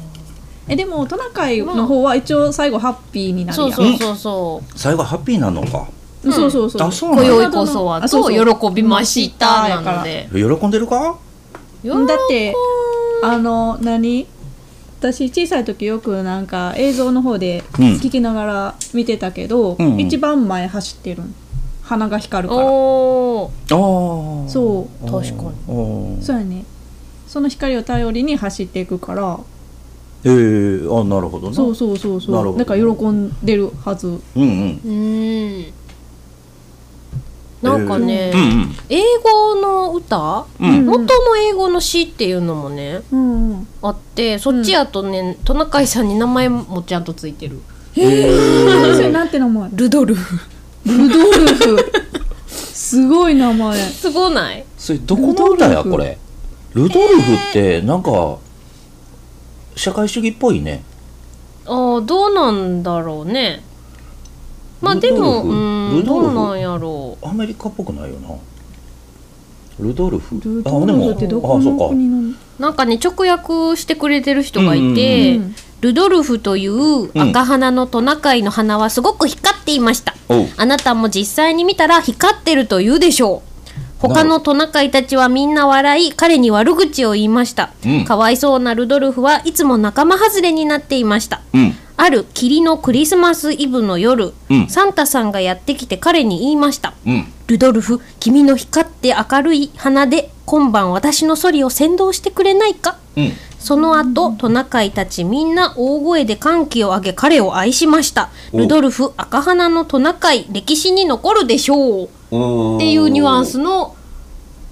Speaker 1: えでもトナカイの方は一応最後ハッピーになるやん、
Speaker 3: そうそうそうそ
Speaker 4: 最後ハッピーなのか
Speaker 1: うんそうそうそう
Speaker 4: あそう
Speaker 3: う
Speaker 4: な
Speaker 3: 今
Speaker 4: の
Speaker 3: 宵こそは
Speaker 1: あそう
Speaker 3: と
Speaker 1: そう
Speaker 3: 喜びましたなので
Speaker 4: 喜んでるか
Speaker 1: だってあの何私小さい時よくなんか映像の方で
Speaker 4: うん
Speaker 1: 聞きながら見てたけど、
Speaker 4: うんうん
Speaker 1: 一番前走ってるん鼻が光るから
Speaker 3: おお
Speaker 4: ああ
Speaker 1: そう
Speaker 4: 確
Speaker 3: 確か
Speaker 4: に
Speaker 1: そうやねその光を頼りに走っていくから
Speaker 4: ええあなるほどな
Speaker 1: そうそうそう
Speaker 4: な
Speaker 1: そ
Speaker 4: る
Speaker 1: う
Speaker 4: ほ
Speaker 1: だ
Speaker 4: ど
Speaker 1: から喜んでるはず
Speaker 4: うん
Speaker 3: うーんなんかね、
Speaker 4: うんうん
Speaker 3: 英語の歌、
Speaker 4: うん
Speaker 1: うん
Speaker 3: 元の英語の詩っていうのもね
Speaker 1: うんうん
Speaker 3: あってそっちやとね、トナカイさんに名前もちゃんとついてる
Speaker 1: それなんて名前
Speaker 3: ルドルフ
Speaker 1: ルドルフすごい名前
Speaker 3: すごない
Speaker 4: それどこの歌
Speaker 1: ルドル
Speaker 4: や
Speaker 1: フ
Speaker 4: これルドルフってなんか社会主義っぽいね
Speaker 3: あーどうなんだろうねまあでもう
Speaker 4: ルド
Speaker 3: ーん
Speaker 4: ルフ
Speaker 3: ど
Speaker 4: ルドルフ
Speaker 3: うなんやろ
Speaker 4: アメリカっぽくないよなルドルフ
Speaker 1: ルドルフってどこ
Speaker 4: あで
Speaker 1: の
Speaker 4: もあそうか
Speaker 1: 国なの
Speaker 3: うなんかね直訳してくれてる人がいて、
Speaker 1: うんうんうん
Speaker 3: ルドルフという赤鼻のトナカイの鼻はすごく光っていました、
Speaker 4: おう
Speaker 3: あなたも実際に見たら光ってると言うでしょう他のトナカイたちはみんな笑い彼に悪口を言いました、
Speaker 4: うん
Speaker 3: かわいそうなルドルフはいつも仲間外れになっていました
Speaker 4: うん
Speaker 3: ある霧のクリスマスイブの夜、
Speaker 4: うん
Speaker 3: サンタさんがやってきて彼に言いました
Speaker 4: うん
Speaker 3: ルドルフ君の光って明るい鼻で今晩私のソリを先導してくれないか
Speaker 4: うん
Speaker 3: その後トナカイたちみんな大声で歓喜を上げ彼を愛しましたルドルフ赤鼻のトナカイ歴史に残るでしょう
Speaker 4: っ
Speaker 3: っていうニュアンスの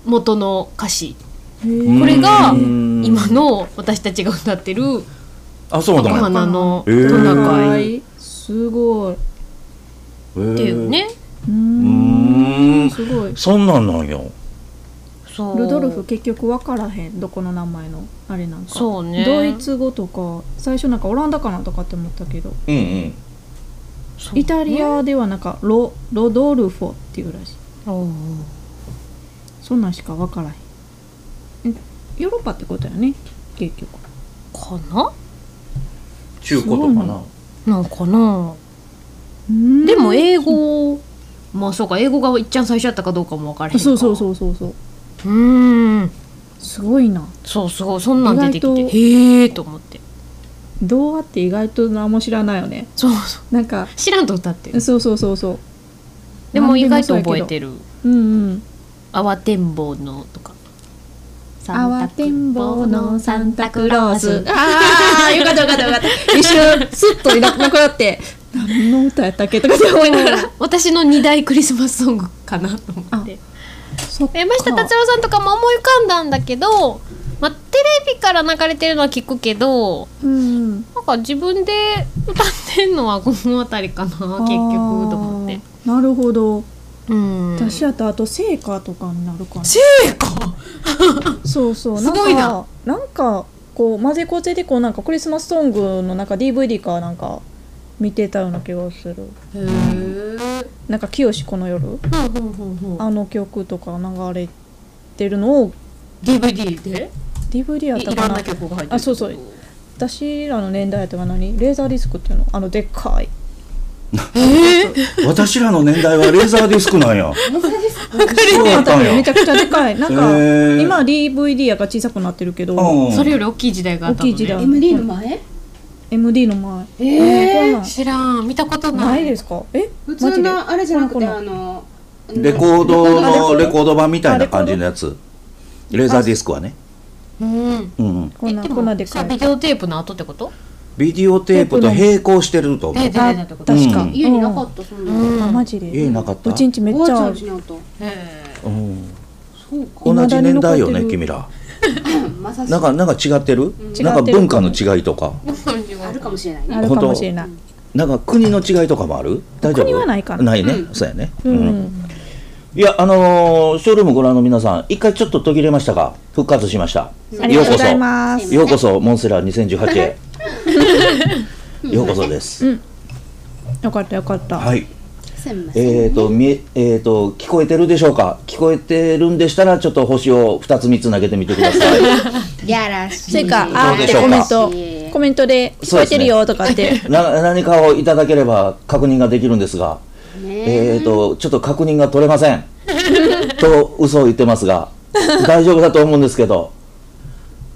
Speaker 3: 元の歌詞
Speaker 1: へえ
Speaker 3: これが
Speaker 4: うん
Speaker 3: 今の私たちが歌ってる
Speaker 4: あそう
Speaker 3: 赤
Speaker 4: だね
Speaker 3: 鼻のト
Speaker 4: へー
Speaker 3: ナ
Speaker 1: か
Speaker 3: カ
Speaker 1: わ
Speaker 3: イっ
Speaker 1: いいすごい
Speaker 4: っ
Speaker 3: て
Speaker 4: て
Speaker 3: いうね
Speaker 1: うー
Speaker 4: うんーん
Speaker 1: すごい
Speaker 4: そんなんなんよ
Speaker 3: そう
Speaker 1: ルドルフ結局分からへんどこの名前のあれなんか
Speaker 3: そうね
Speaker 1: ドイツ語とか最初なんかオランダかなとかって思ったけど
Speaker 4: うんうん
Speaker 3: そう
Speaker 1: イタリアではなんかロロドルフォっていうらしい
Speaker 3: おー
Speaker 1: そんなんしか分からへんえヨーロッパってことやね結局
Speaker 3: かな
Speaker 4: 中古とかな
Speaker 3: なんかなで
Speaker 1: で
Speaker 3: も英語まあそうか英語がいっちゃん最初やったかどうかも分からへんか
Speaker 1: そうそう
Speaker 3: う
Speaker 1: そうそうそう
Speaker 3: うーん
Speaker 1: すごいな
Speaker 3: そうそうそんなん出てきて
Speaker 1: 意外と
Speaker 3: へえと思って
Speaker 1: 童話って意外と何も知らないよね
Speaker 3: そうそう
Speaker 1: なんか
Speaker 3: 知らんと歌ってる
Speaker 1: そうそうそうそう
Speaker 3: でも意外と覚え
Speaker 1: る
Speaker 3: てる
Speaker 1: うんうん
Speaker 3: 「慌てんぼうの」とか「
Speaker 1: 慌てんぼうのサンタクロース。
Speaker 3: あ
Speaker 1: ああ、よかったよかったよかった。一瞬、スッといなくなくなって、何の歌やったっけとかって思いながら。
Speaker 3: 私の二大クリスマスソングかなと思って
Speaker 1: そっか
Speaker 3: 山下達郎さんとかも思い浮かんだんだけど、まあ、テレビから流れてるのは聞くけど
Speaker 1: うん。
Speaker 3: なんか自分で歌ってんのはこの辺りかな結局と思って
Speaker 1: あー。なるほど。
Speaker 3: うん
Speaker 1: 私やったらあと、聖歌とかになるかな。
Speaker 3: 成果
Speaker 1: そうそう。
Speaker 3: すごいなん
Speaker 1: か。なんか、こう、混ぜこぜで、こう、なんかクリスマスソングのなんか DVD かなんか見てたような気がする。
Speaker 3: へえ
Speaker 1: なんか、清この夜
Speaker 3: ほんほんほんほん
Speaker 1: あの曲とか流れてるのを
Speaker 3: DVD で
Speaker 1: DVD やっ
Speaker 3: い
Speaker 1: た
Speaker 3: いろ
Speaker 1: か
Speaker 3: ん
Speaker 1: な
Speaker 3: な。曲が入ってる
Speaker 1: あそうそう私らの年代やとは何レーザーディスクっていうのあのでっかい
Speaker 4: 私らの年代はレーザーディスクなんや。そうだったん
Speaker 1: め
Speaker 4: や
Speaker 1: ち。ゃくちゃでかいなんか
Speaker 4: へー
Speaker 1: 今 DVD やから小さくなってるけど、
Speaker 4: うん
Speaker 3: それより大きい時代があったの、ね、
Speaker 1: 大きい時代
Speaker 2: MD の前
Speaker 1: MD の前
Speaker 2: ええ
Speaker 1: こんなん
Speaker 3: 知らん見たことない
Speaker 1: ないですかえ
Speaker 2: 普通のあれじゃなく
Speaker 1: こん
Speaker 2: て
Speaker 1: なこ
Speaker 2: あの
Speaker 4: レコードのレコード版みたいな
Speaker 1: あレコード
Speaker 4: 感じのやつ。レーザーディスクはね。
Speaker 3: うん
Speaker 4: うんうん。
Speaker 1: こんな
Speaker 3: えでも
Speaker 1: こんなでか
Speaker 3: さ
Speaker 1: い
Speaker 3: ビデオテープの後ってこと
Speaker 4: ビデオテープと並行してると思
Speaker 3: え
Speaker 4: う。
Speaker 3: 出てたってこと
Speaker 4: うん
Speaker 1: 確か
Speaker 2: 家になかったそんな
Speaker 3: う
Speaker 2: の
Speaker 1: た
Speaker 3: ん
Speaker 1: マジで
Speaker 4: 家なかった
Speaker 1: うちんちめっ
Speaker 2: お
Speaker 1: ち
Speaker 2: ばあち
Speaker 1: ゃ
Speaker 2: ゃ
Speaker 1: あ
Speaker 2: んち
Speaker 1: る
Speaker 2: にあ った
Speaker 3: え
Speaker 4: うん
Speaker 2: そうか
Speaker 1: 未
Speaker 4: 同
Speaker 1: だ
Speaker 4: じ
Speaker 1: に残っ
Speaker 4: 年
Speaker 1: て
Speaker 4: 代
Speaker 1: る
Speaker 4: よね、君ら。
Speaker 2: まさし
Speaker 4: なんか、なんか違ってる
Speaker 1: 違ってる
Speaker 4: なんか文化の違いとか。
Speaker 3: え
Speaker 2: あるかもしれないね
Speaker 1: あるかもしれない
Speaker 4: なんか国の違いとかもある大丈夫
Speaker 1: 国はないかな
Speaker 4: ないね。そうやね。
Speaker 1: う
Speaker 4: うん
Speaker 1: ん
Speaker 4: いや、あのーショールームご覧の皆さん、一回ちょっと途切れましたが、復活しました。
Speaker 1: ありがとうございま
Speaker 2: よ
Speaker 1: す
Speaker 2: うこ
Speaker 4: ようこそ、モンスラー2018へ。ようこそです。
Speaker 1: よかったよかった
Speaker 4: はい。
Speaker 2: すみません
Speaker 4: えーと、みえ、えーと、聞こえてるでしょうか聞こえてるんでしたら、ちょっと星を2つ3つ投げてみてください。
Speaker 2: やらしい
Speaker 1: それか
Speaker 4: ど
Speaker 1: あ
Speaker 4: う
Speaker 1: ー
Speaker 4: で
Speaker 1: っ
Speaker 4: してょう
Speaker 1: コメ
Speaker 4: か
Speaker 1: ントコメントで聞こえてるよとかって
Speaker 4: な何かをいただければ確認ができるんですが、
Speaker 2: ね
Speaker 4: えーと、ちょっと確認が取れません。 と、嘘を言ってますが、大丈夫だと思うんですけど、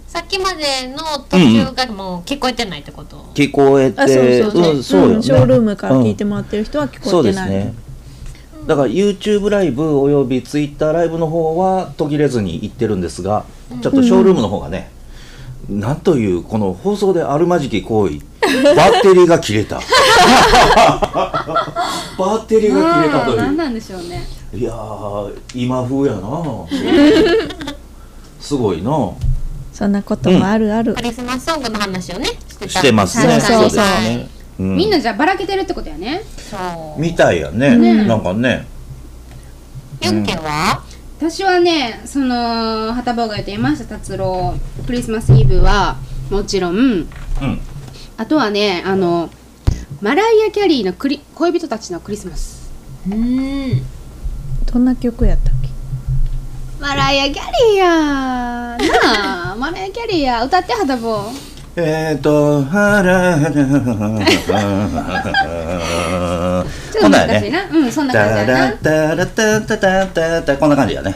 Speaker 3: さっきまでの途中がもう聞こえてないってこと、
Speaker 4: 聞こえて、
Speaker 1: あそうそう
Speaker 4: う
Speaker 1: そ
Speaker 4: んそうう
Speaker 1: う
Speaker 4: よ
Speaker 1: ん
Speaker 4: ね
Speaker 1: ショールームから聞いて
Speaker 4: うん
Speaker 1: もらってる人は聞
Speaker 4: そ
Speaker 1: こ
Speaker 4: う
Speaker 1: え
Speaker 4: で
Speaker 1: て
Speaker 4: す
Speaker 1: ない
Speaker 4: ねだから YouTube ライブおよび Twitter ライブの方は途切れずに行ってるんですがちょっとショールームの方がね、なんというこの放送であるまじき行為 バッテリーが切れた バッテリーが切れたと
Speaker 2: 何
Speaker 4: い
Speaker 2: なんでしょうね
Speaker 4: ういやー今風やなすごいな
Speaker 1: そんなこともあるある
Speaker 3: クリスマスソングの話をねしてた
Speaker 4: してますね
Speaker 1: そうそうそう
Speaker 4: ですね、うん
Speaker 2: みんなじゃあばらけてるってことやね
Speaker 3: そう
Speaker 4: みたいやね、なんかね
Speaker 3: ユンケは、
Speaker 2: 私はねその旗坊が言って山下達郎クリスマスイブはもちろん
Speaker 4: うん
Speaker 2: あとはねあのマライア・キャリーのクリ恋人たちのクリスマス
Speaker 3: うん
Speaker 1: どんな曲やったっけ
Speaker 2: マライア・キャリーやなあマライア・キャリーや歌って旗坊
Speaker 4: えーと、はらはらはらはら。
Speaker 2: ちょっ
Speaker 4: ことんな
Speaker 2: 難
Speaker 4: んや
Speaker 2: しい
Speaker 4: ね。
Speaker 2: な、うんそんな感
Speaker 4: タ
Speaker 2: じや
Speaker 4: ラ
Speaker 2: な
Speaker 4: タラタタタタタこんな感じやね。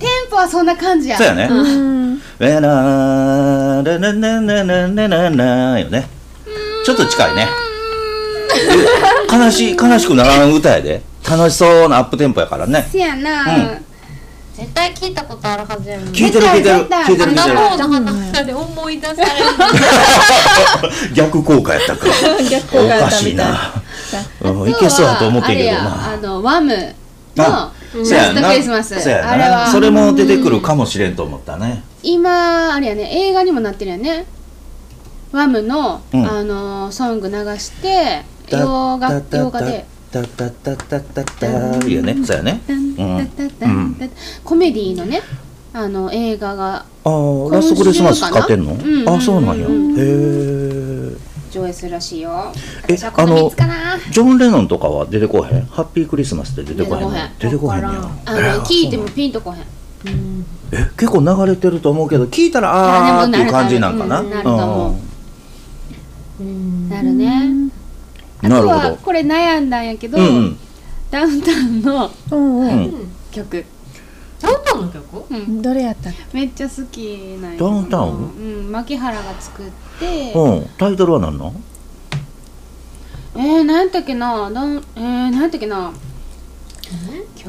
Speaker 2: テンポはそんな感じや
Speaker 4: そうやね。
Speaker 1: うん
Speaker 4: えらららららららららよね。ちょっと近いね。悲しい悲しくならん歌やで。楽しそうなアップテンポやからね。
Speaker 2: せやな、
Speaker 4: う
Speaker 3: 絶対聞いたことあるはずやのに
Speaker 4: 聞いてる聞いてる聞いてる聞いて
Speaker 3: あの方の話で思い出される
Speaker 4: る。逆効果やったか。
Speaker 1: 逆効
Speaker 4: お
Speaker 1: 果や
Speaker 4: か
Speaker 1: った
Speaker 4: し
Speaker 1: み
Speaker 4: い
Speaker 1: たい
Speaker 4: な。
Speaker 2: あ
Speaker 4: う
Speaker 2: と
Speaker 4: ん、いけそうだと思ってんけど
Speaker 2: はあれや
Speaker 4: な
Speaker 2: あ。のワム
Speaker 4: あ
Speaker 2: の
Speaker 4: そう
Speaker 2: ラ
Speaker 4: や
Speaker 2: スト
Speaker 4: な
Speaker 2: クリスマス
Speaker 4: そうや
Speaker 2: あれは
Speaker 4: なそれも出てくるかもしれんと思ったね
Speaker 2: 今あれやね映画にもなってるやねワムの、
Speaker 4: うん
Speaker 2: あのーソング流して洋楽洋歌で
Speaker 4: タタタタタタタいいよねそうやね
Speaker 2: タンタッタッタンタッタコメディのねあの映画が
Speaker 4: ああラストクリスマス使ってんの
Speaker 2: 今週かなうんうんうん
Speaker 4: あそうなんやへえ
Speaker 2: 上映するらしいよ
Speaker 4: え
Speaker 2: 私はこの3つかな
Speaker 4: ジョン・レノンとかは出てこへんハッピークリスマスって出てこへんの
Speaker 2: 出
Speaker 4: 出
Speaker 2: て
Speaker 4: て
Speaker 2: こ
Speaker 4: こ
Speaker 2: へ
Speaker 4: へ
Speaker 2: ん
Speaker 4: ん
Speaker 2: わ
Speaker 4: のや
Speaker 2: あの
Speaker 4: えー
Speaker 2: 聞いてもピンとこへん
Speaker 4: え結構流れてると思うけど聞いたらあーっていう感じなんかな
Speaker 2: うんなると思う
Speaker 4: う
Speaker 2: なるねあ
Speaker 4: んな
Speaker 2: と
Speaker 4: るほ
Speaker 2: は
Speaker 4: ど
Speaker 2: これ悩んだんやけど、
Speaker 4: うんうん
Speaker 2: ダウンタウンの
Speaker 1: うんう
Speaker 4: うんん
Speaker 2: 曲
Speaker 3: ダウンタウンの曲
Speaker 1: どれやったっけ
Speaker 2: めっちゃ好きなんやけ
Speaker 4: ダ
Speaker 2: ど
Speaker 4: ウンタウン
Speaker 2: うん牧原が作って、
Speaker 4: うんタイトルは何なん
Speaker 2: えー、なんやったっけなだんえー、なんやったっけな今日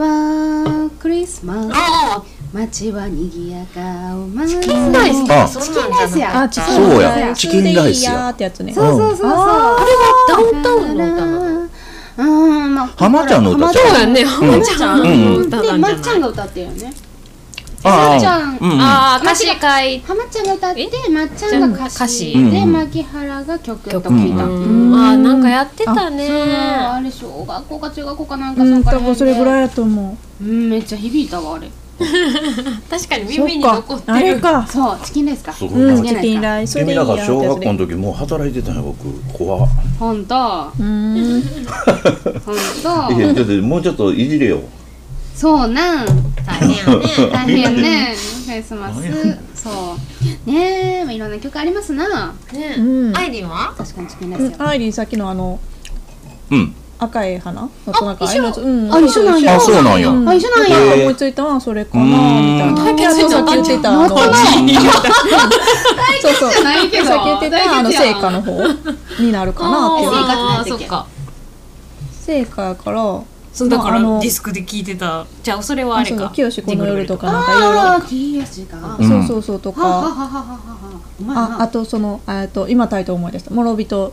Speaker 2: はクリスマス
Speaker 3: あ
Speaker 2: 街は賑やかお祭り
Speaker 3: チキンライス
Speaker 4: あ
Speaker 3: かそんなんじゃなくて
Speaker 1: チ
Speaker 2: あ
Speaker 4: キンそうやチキンライスや
Speaker 1: でいいやーってやつね
Speaker 2: そうそうそうそう
Speaker 1: あ
Speaker 3: ダウンタウンの歌なの
Speaker 2: うんまあ
Speaker 4: 浜ちゃんの歌ちゃう
Speaker 3: そうやね浜ちゃんの歌
Speaker 2: で
Speaker 3: なんじ
Speaker 2: ま
Speaker 3: ゃ
Speaker 2: っちゃん
Speaker 3: ない
Speaker 2: が歌ってるよね
Speaker 4: あ
Speaker 2: まっち
Speaker 4: あ
Speaker 2: ゃん
Speaker 4: うんうん
Speaker 3: ああ歌詞書い
Speaker 2: 浜ちゃんが歌ってまっちゃんが歌詞
Speaker 4: うん
Speaker 2: で
Speaker 4: うん
Speaker 2: 牧原が曲と聞いたっていう、
Speaker 1: ん
Speaker 3: あーなんかやってた
Speaker 2: そう
Speaker 3: ね
Speaker 2: あれ小学校か中学校かなんか
Speaker 1: うん
Speaker 2: か
Speaker 1: 多分それぐらい
Speaker 2: い
Speaker 1: やと思
Speaker 2: うんめっちゃ響いたわあれ
Speaker 3: 確かに
Speaker 1: うそ
Speaker 3: 耳
Speaker 1: っ
Speaker 3: に
Speaker 1: か
Speaker 3: 残って
Speaker 1: あれ
Speaker 3: る
Speaker 1: か
Speaker 2: そうチキンライスか
Speaker 4: すごい
Speaker 1: うん
Speaker 2: チ
Speaker 1: チ
Speaker 2: キ
Speaker 1: キ
Speaker 2: ン
Speaker 1: ン
Speaker 2: ラ
Speaker 1: ライスそれで
Speaker 4: 君
Speaker 1: いいやーっ
Speaker 4: だか
Speaker 1: て
Speaker 4: ら
Speaker 1: や
Speaker 4: 小学
Speaker 1: つ
Speaker 4: 校
Speaker 1: ね
Speaker 4: の時もう働いてたんや僕怖っ
Speaker 2: ほんとほん
Speaker 1: うーん
Speaker 2: と
Speaker 4: いやちょっともうちょっといじれよ
Speaker 2: そうなん
Speaker 3: 大変やね
Speaker 2: 大変やねクリスマス
Speaker 4: 大変
Speaker 2: そうねえまあいろんな曲ありますな
Speaker 3: ねえ、
Speaker 1: うん
Speaker 3: アイリンは
Speaker 2: 確かにチキンライ
Speaker 1: う
Speaker 2: スよ
Speaker 1: ん、アイリンさっきのあの
Speaker 4: うん。
Speaker 1: 赤い花のとなんか
Speaker 3: あ
Speaker 1: あれのやつうん
Speaker 2: あ一緒なんや
Speaker 4: あ、そうなんや。
Speaker 1: うん
Speaker 2: あ一緒なんや
Speaker 1: だから
Speaker 4: へー
Speaker 1: 思いついたのはそれかな
Speaker 4: うーん
Speaker 1: みたいな
Speaker 3: 対決
Speaker 1: あとさっき言ってたあの
Speaker 2: なったな
Speaker 1: そうそう
Speaker 2: じゃないけど
Speaker 1: さっき言ってたあの
Speaker 2: 大
Speaker 1: 成
Speaker 2: 決
Speaker 1: 果
Speaker 2: やん
Speaker 1: の方になるかなって
Speaker 2: ー
Speaker 3: あー
Speaker 2: 生活のやつ
Speaker 3: そ
Speaker 2: いけ
Speaker 3: っか
Speaker 1: 成果やから
Speaker 3: そうだから
Speaker 1: あ
Speaker 3: デ
Speaker 1: の
Speaker 3: ィスクで聞いてたじゃあそれはあ
Speaker 1: あ
Speaker 3: れ
Speaker 1: そう
Speaker 3: か
Speaker 1: だ清この夜とかなんかいろいろ
Speaker 2: あー TS がは
Speaker 4: ん
Speaker 1: そうそうそうと
Speaker 2: あはあは
Speaker 1: か、
Speaker 2: あはあはあうまい
Speaker 1: ああ
Speaker 2: な
Speaker 1: とそのえっと今タイトル思い出した「諸人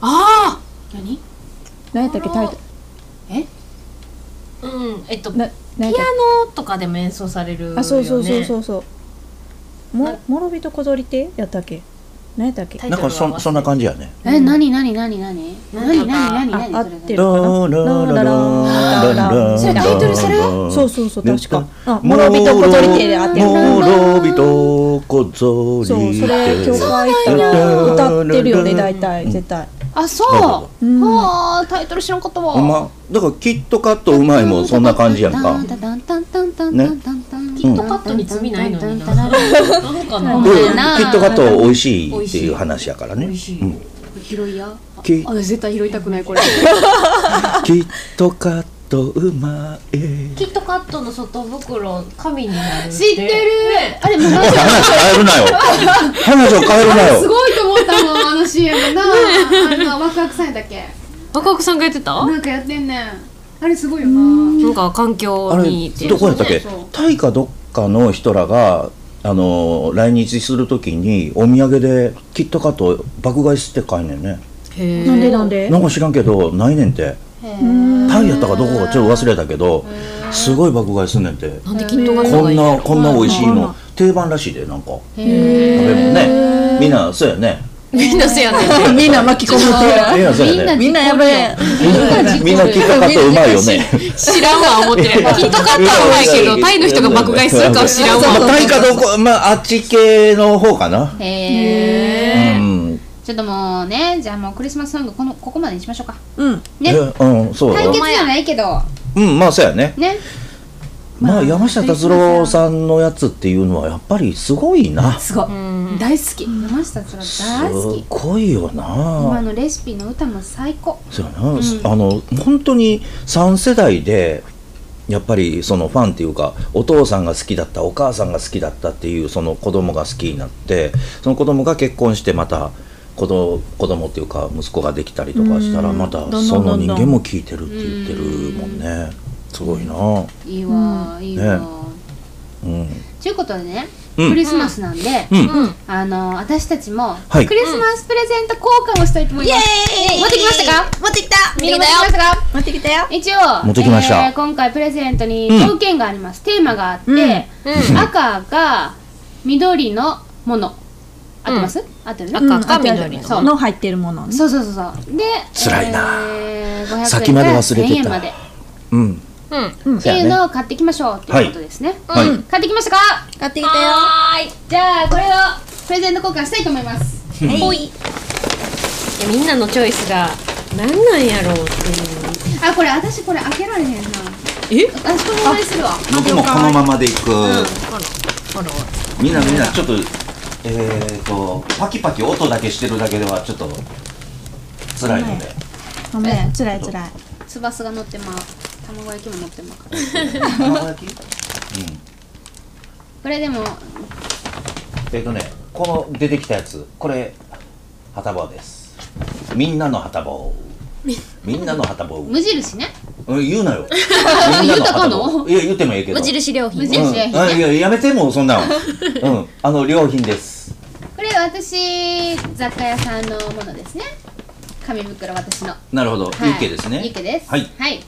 Speaker 3: あ
Speaker 2: 何」
Speaker 1: 何やったっけタイト
Speaker 2: え
Speaker 3: あうんえっと
Speaker 1: ル
Speaker 3: ピ
Speaker 1: な何やったっ
Speaker 3: アノとかでも演奏されるよ、
Speaker 1: け
Speaker 3: ね、
Speaker 1: あそうそうそうそううそうも「諸人こぞり亭」やったっけ何やったっけ
Speaker 3: タイ
Speaker 4: なんかそん、そんな感じやね。
Speaker 2: え何何何何何何何
Speaker 1: あ
Speaker 2: 何
Speaker 1: 合
Speaker 2: 何
Speaker 1: って
Speaker 2: そ
Speaker 1: る
Speaker 2: れ
Speaker 1: かな
Speaker 2: それタイトルそれ
Speaker 1: そうそうそう確かあ
Speaker 4: も
Speaker 1: 諸
Speaker 4: ろ
Speaker 1: 人こぞり亭で合ってる
Speaker 4: もろびとこぞり
Speaker 1: そうそれ教
Speaker 4: て
Speaker 1: 会行ったら歌ってるよね大体絶対
Speaker 2: あ
Speaker 4: そ
Speaker 2: そう
Speaker 1: うん
Speaker 2: はあタイトル知らんかったわ
Speaker 4: ほんまだからキットカットうまいもんそんな感じやんか
Speaker 2: ね。キ
Speaker 4: キット
Speaker 3: カットに罪ないのにな
Speaker 2: な
Speaker 3: なのかな、
Speaker 2: うん
Speaker 4: で
Speaker 2: う
Speaker 4: キ
Speaker 2: まいな
Speaker 4: ットカット美味しいっていう話やからね
Speaker 3: 美味しい
Speaker 4: うん
Speaker 2: 拾いや。
Speaker 4: キ
Speaker 2: あ絶対拾いたくないこれ。
Speaker 4: キットカットうまい
Speaker 3: キットカットの外袋神になるって
Speaker 2: 知ってる。あれもう
Speaker 4: おい
Speaker 2: ラジ
Speaker 4: 話変えるなよ話を変えるな
Speaker 2: オす
Speaker 4: よ
Speaker 2: ごいと思ったもんあの CM な。あのワクワクさんだっけ。
Speaker 3: 若奥さんがやってた
Speaker 2: なんかやってんねん。あれすごいよな。
Speaker 3: なんか環境
Speaker 4: あ
Speaker 3: にって
Speaker 4: れどこやったっけ
Speaker 2: そうそうそう
Speaker 4: タイかどっかの人らがあの来日するときにお土産でキットカット爆買いして買いねんね
Speaker 3: へー
Speaker 1: なんでなんで
Speaker 4: なんか知らんけどないねんてタイやったかどこかちょっと忘れたけどすごい爆買いすんねんて
Speaker 3: なんでキットカット
Speaker 4: こ
Speaker 3: がい
Speaker 4: ん
Speaker 3: いの
Speaker 4: なこんな美味しい
Speaker 1: うんうんうん
Speaker 4: の定番らしいでなんか
Speaker 2: へ
Speaker 4: 食べ物ねみんなそうやね
Speaker 3: みんなせやねん
Speaker 1: みんな巻き込む
Speaker 4: みんなそうやね
Speaker 1: みんなやばい
Speaker 4: みんなキットカットうまいよね
Speaker 3: 知らんわ思ってるキットカットはうまいけどタイの人が爆買いするかは知らん
Speaker 4: まあ
Speaker 3: わ
Speaker 4: タイかどこまああっち系の方かな
Speaker 2: へえ。
Speaker 4: うん
Speaker 2: ちょっともうねじゃあもうクリスマスソングこのここまでにしましょうか。
Speaker 1: うん
Speaker 2: ね
Speaker 4: えうんそう
Speaker 2: 対決じゃないけど
Speaker 4: うんまあそうやね
Speaker 2: ね。
Speaker 4: まあ山下達郎さんのやつっていうのはやっぱりすごいなす
Speaker 2: すごい
Speaker 3: ん
Speaker 2: 大好き。山下達郎大好き。
Speaker 4: ごいよ
Speaker 2: 今
Speaker 4: な
Speaker 2: のレシピの歌も最高。
Speaker 4: そうやな、あの本当に3世代でやっぱりそのファンっていうかお父さんが好きだったお母さんが好きだったっていうその子供が好きになってその子供が結婚してまた子供子供っていうか息子ができたりとかしたら
Speaker 1: うん
Speaker 4: また
Speaker 1: どんどん
Speaker 4: その
Speaker 1: ど
Speaker 4: 人
Speaker 1: んどん
Speaker 4: 間も聞いてるって言ってるもんねすごいない
Speaker 2: いわいいわ。
Speaker 4: うん
Speaker 2: ということでね、
Speaker 4: うん
Speaker 2: クリスマスなんで、
Speaker 4: うん、
Speaker 3: うん
Speaker 2: あの私たちも、
Speaker 4: はい
Speaker 2: クリスマスプレゼント交換をしたいと思います。
Speaker 1: イエーイ
Speaker 2: 持ってきましたか
Speaker 1: 持ってきた
Speaker 2: みんな持ってきましたか
Speaker 1: 持ってきたよ
Speaker 2: 一応
Speaker 4: 持ってきました
Speaker 2: えー今回プレゼントに
Speaker 4: うん
Speaker 2: 条件があります、テーマがあって、
Speaker 1: うん
Speaker 3: う
Speaker 2: 赤が緑のもの合ってます、合ってるね、
Speaker 3: 赤
Speaker 1: うん
Speaker 3: 赤緑の
Speaker 1: そうの入ってるものね
Speaker 2: そうそうそうそうで
Speaker 4: 辛いな
Speaker 2: えー、500円
Speaker 4: 先まで忘れてた
Speaker 2: 1000円までっ
Speaker 4: うん
Speaker 3: うん
Speaker 4: そ
Speaker 2: て
Speaker 4: や
Speaker 2: い
Speaker 4: ね
Speaker 2: うのを買ってきましょうっていうことですね、
Speaker 4: はい、
Speaker 2: 買ってきましたか
Speaker 1: 買ってきたよ
Speaker 3: はーい
Speaker 2: じゃあこれをプレゼント交換したいと思います
Speaker 3: ほいいやみんなのチョイスが何なんやろうっ
Speaker 2: あこれ私これ開けられへんな
Speaker 3: ていうえ
Speaker 2: 私このままにするわ
Speaker 4: 僕もこのままでいく、
Speaker 3: あらあら
Speaker 4: みんなみんなちょっとえー、とパキパキ音だけしてるだけではちょっと辛いので、
Speaker 1: ごめんつらいつらい
Speaker 2: 翼が乗ってます卵焼きも乗ってます
Speaker 4: 卵焼きうん
Speaker 2: これでも
Speaker 4: えー、とねこの出てきたやつこれ旗棒ですみんなの旗棒みんなの旗棒、うん
Speaker 2: 無印ね
Speaker 4: 言うな よみん
Speaker 2: 言
Speaker 4: な
Speaker 2: うたかの
Speaker 4: 旗棒いや言ってもいいけど
Speaker 3: 無印良
Speaker 2: 無
Speaker 3: 品
Speaker 2: 印良
Speaker 4: うんあ
Speaker 2: 品
Speaker 4: い
Speaker 2: ね
Speaker 4: ややめてもうそんなんうんあの良品です
Speaker 2: これ私雑貨屋さんのものですね紙袋私の、は
Speaker 4: なるほど、ユッケですね
Speaker 2: ユッケです
Speaker 4: はい
Speaker 2: はい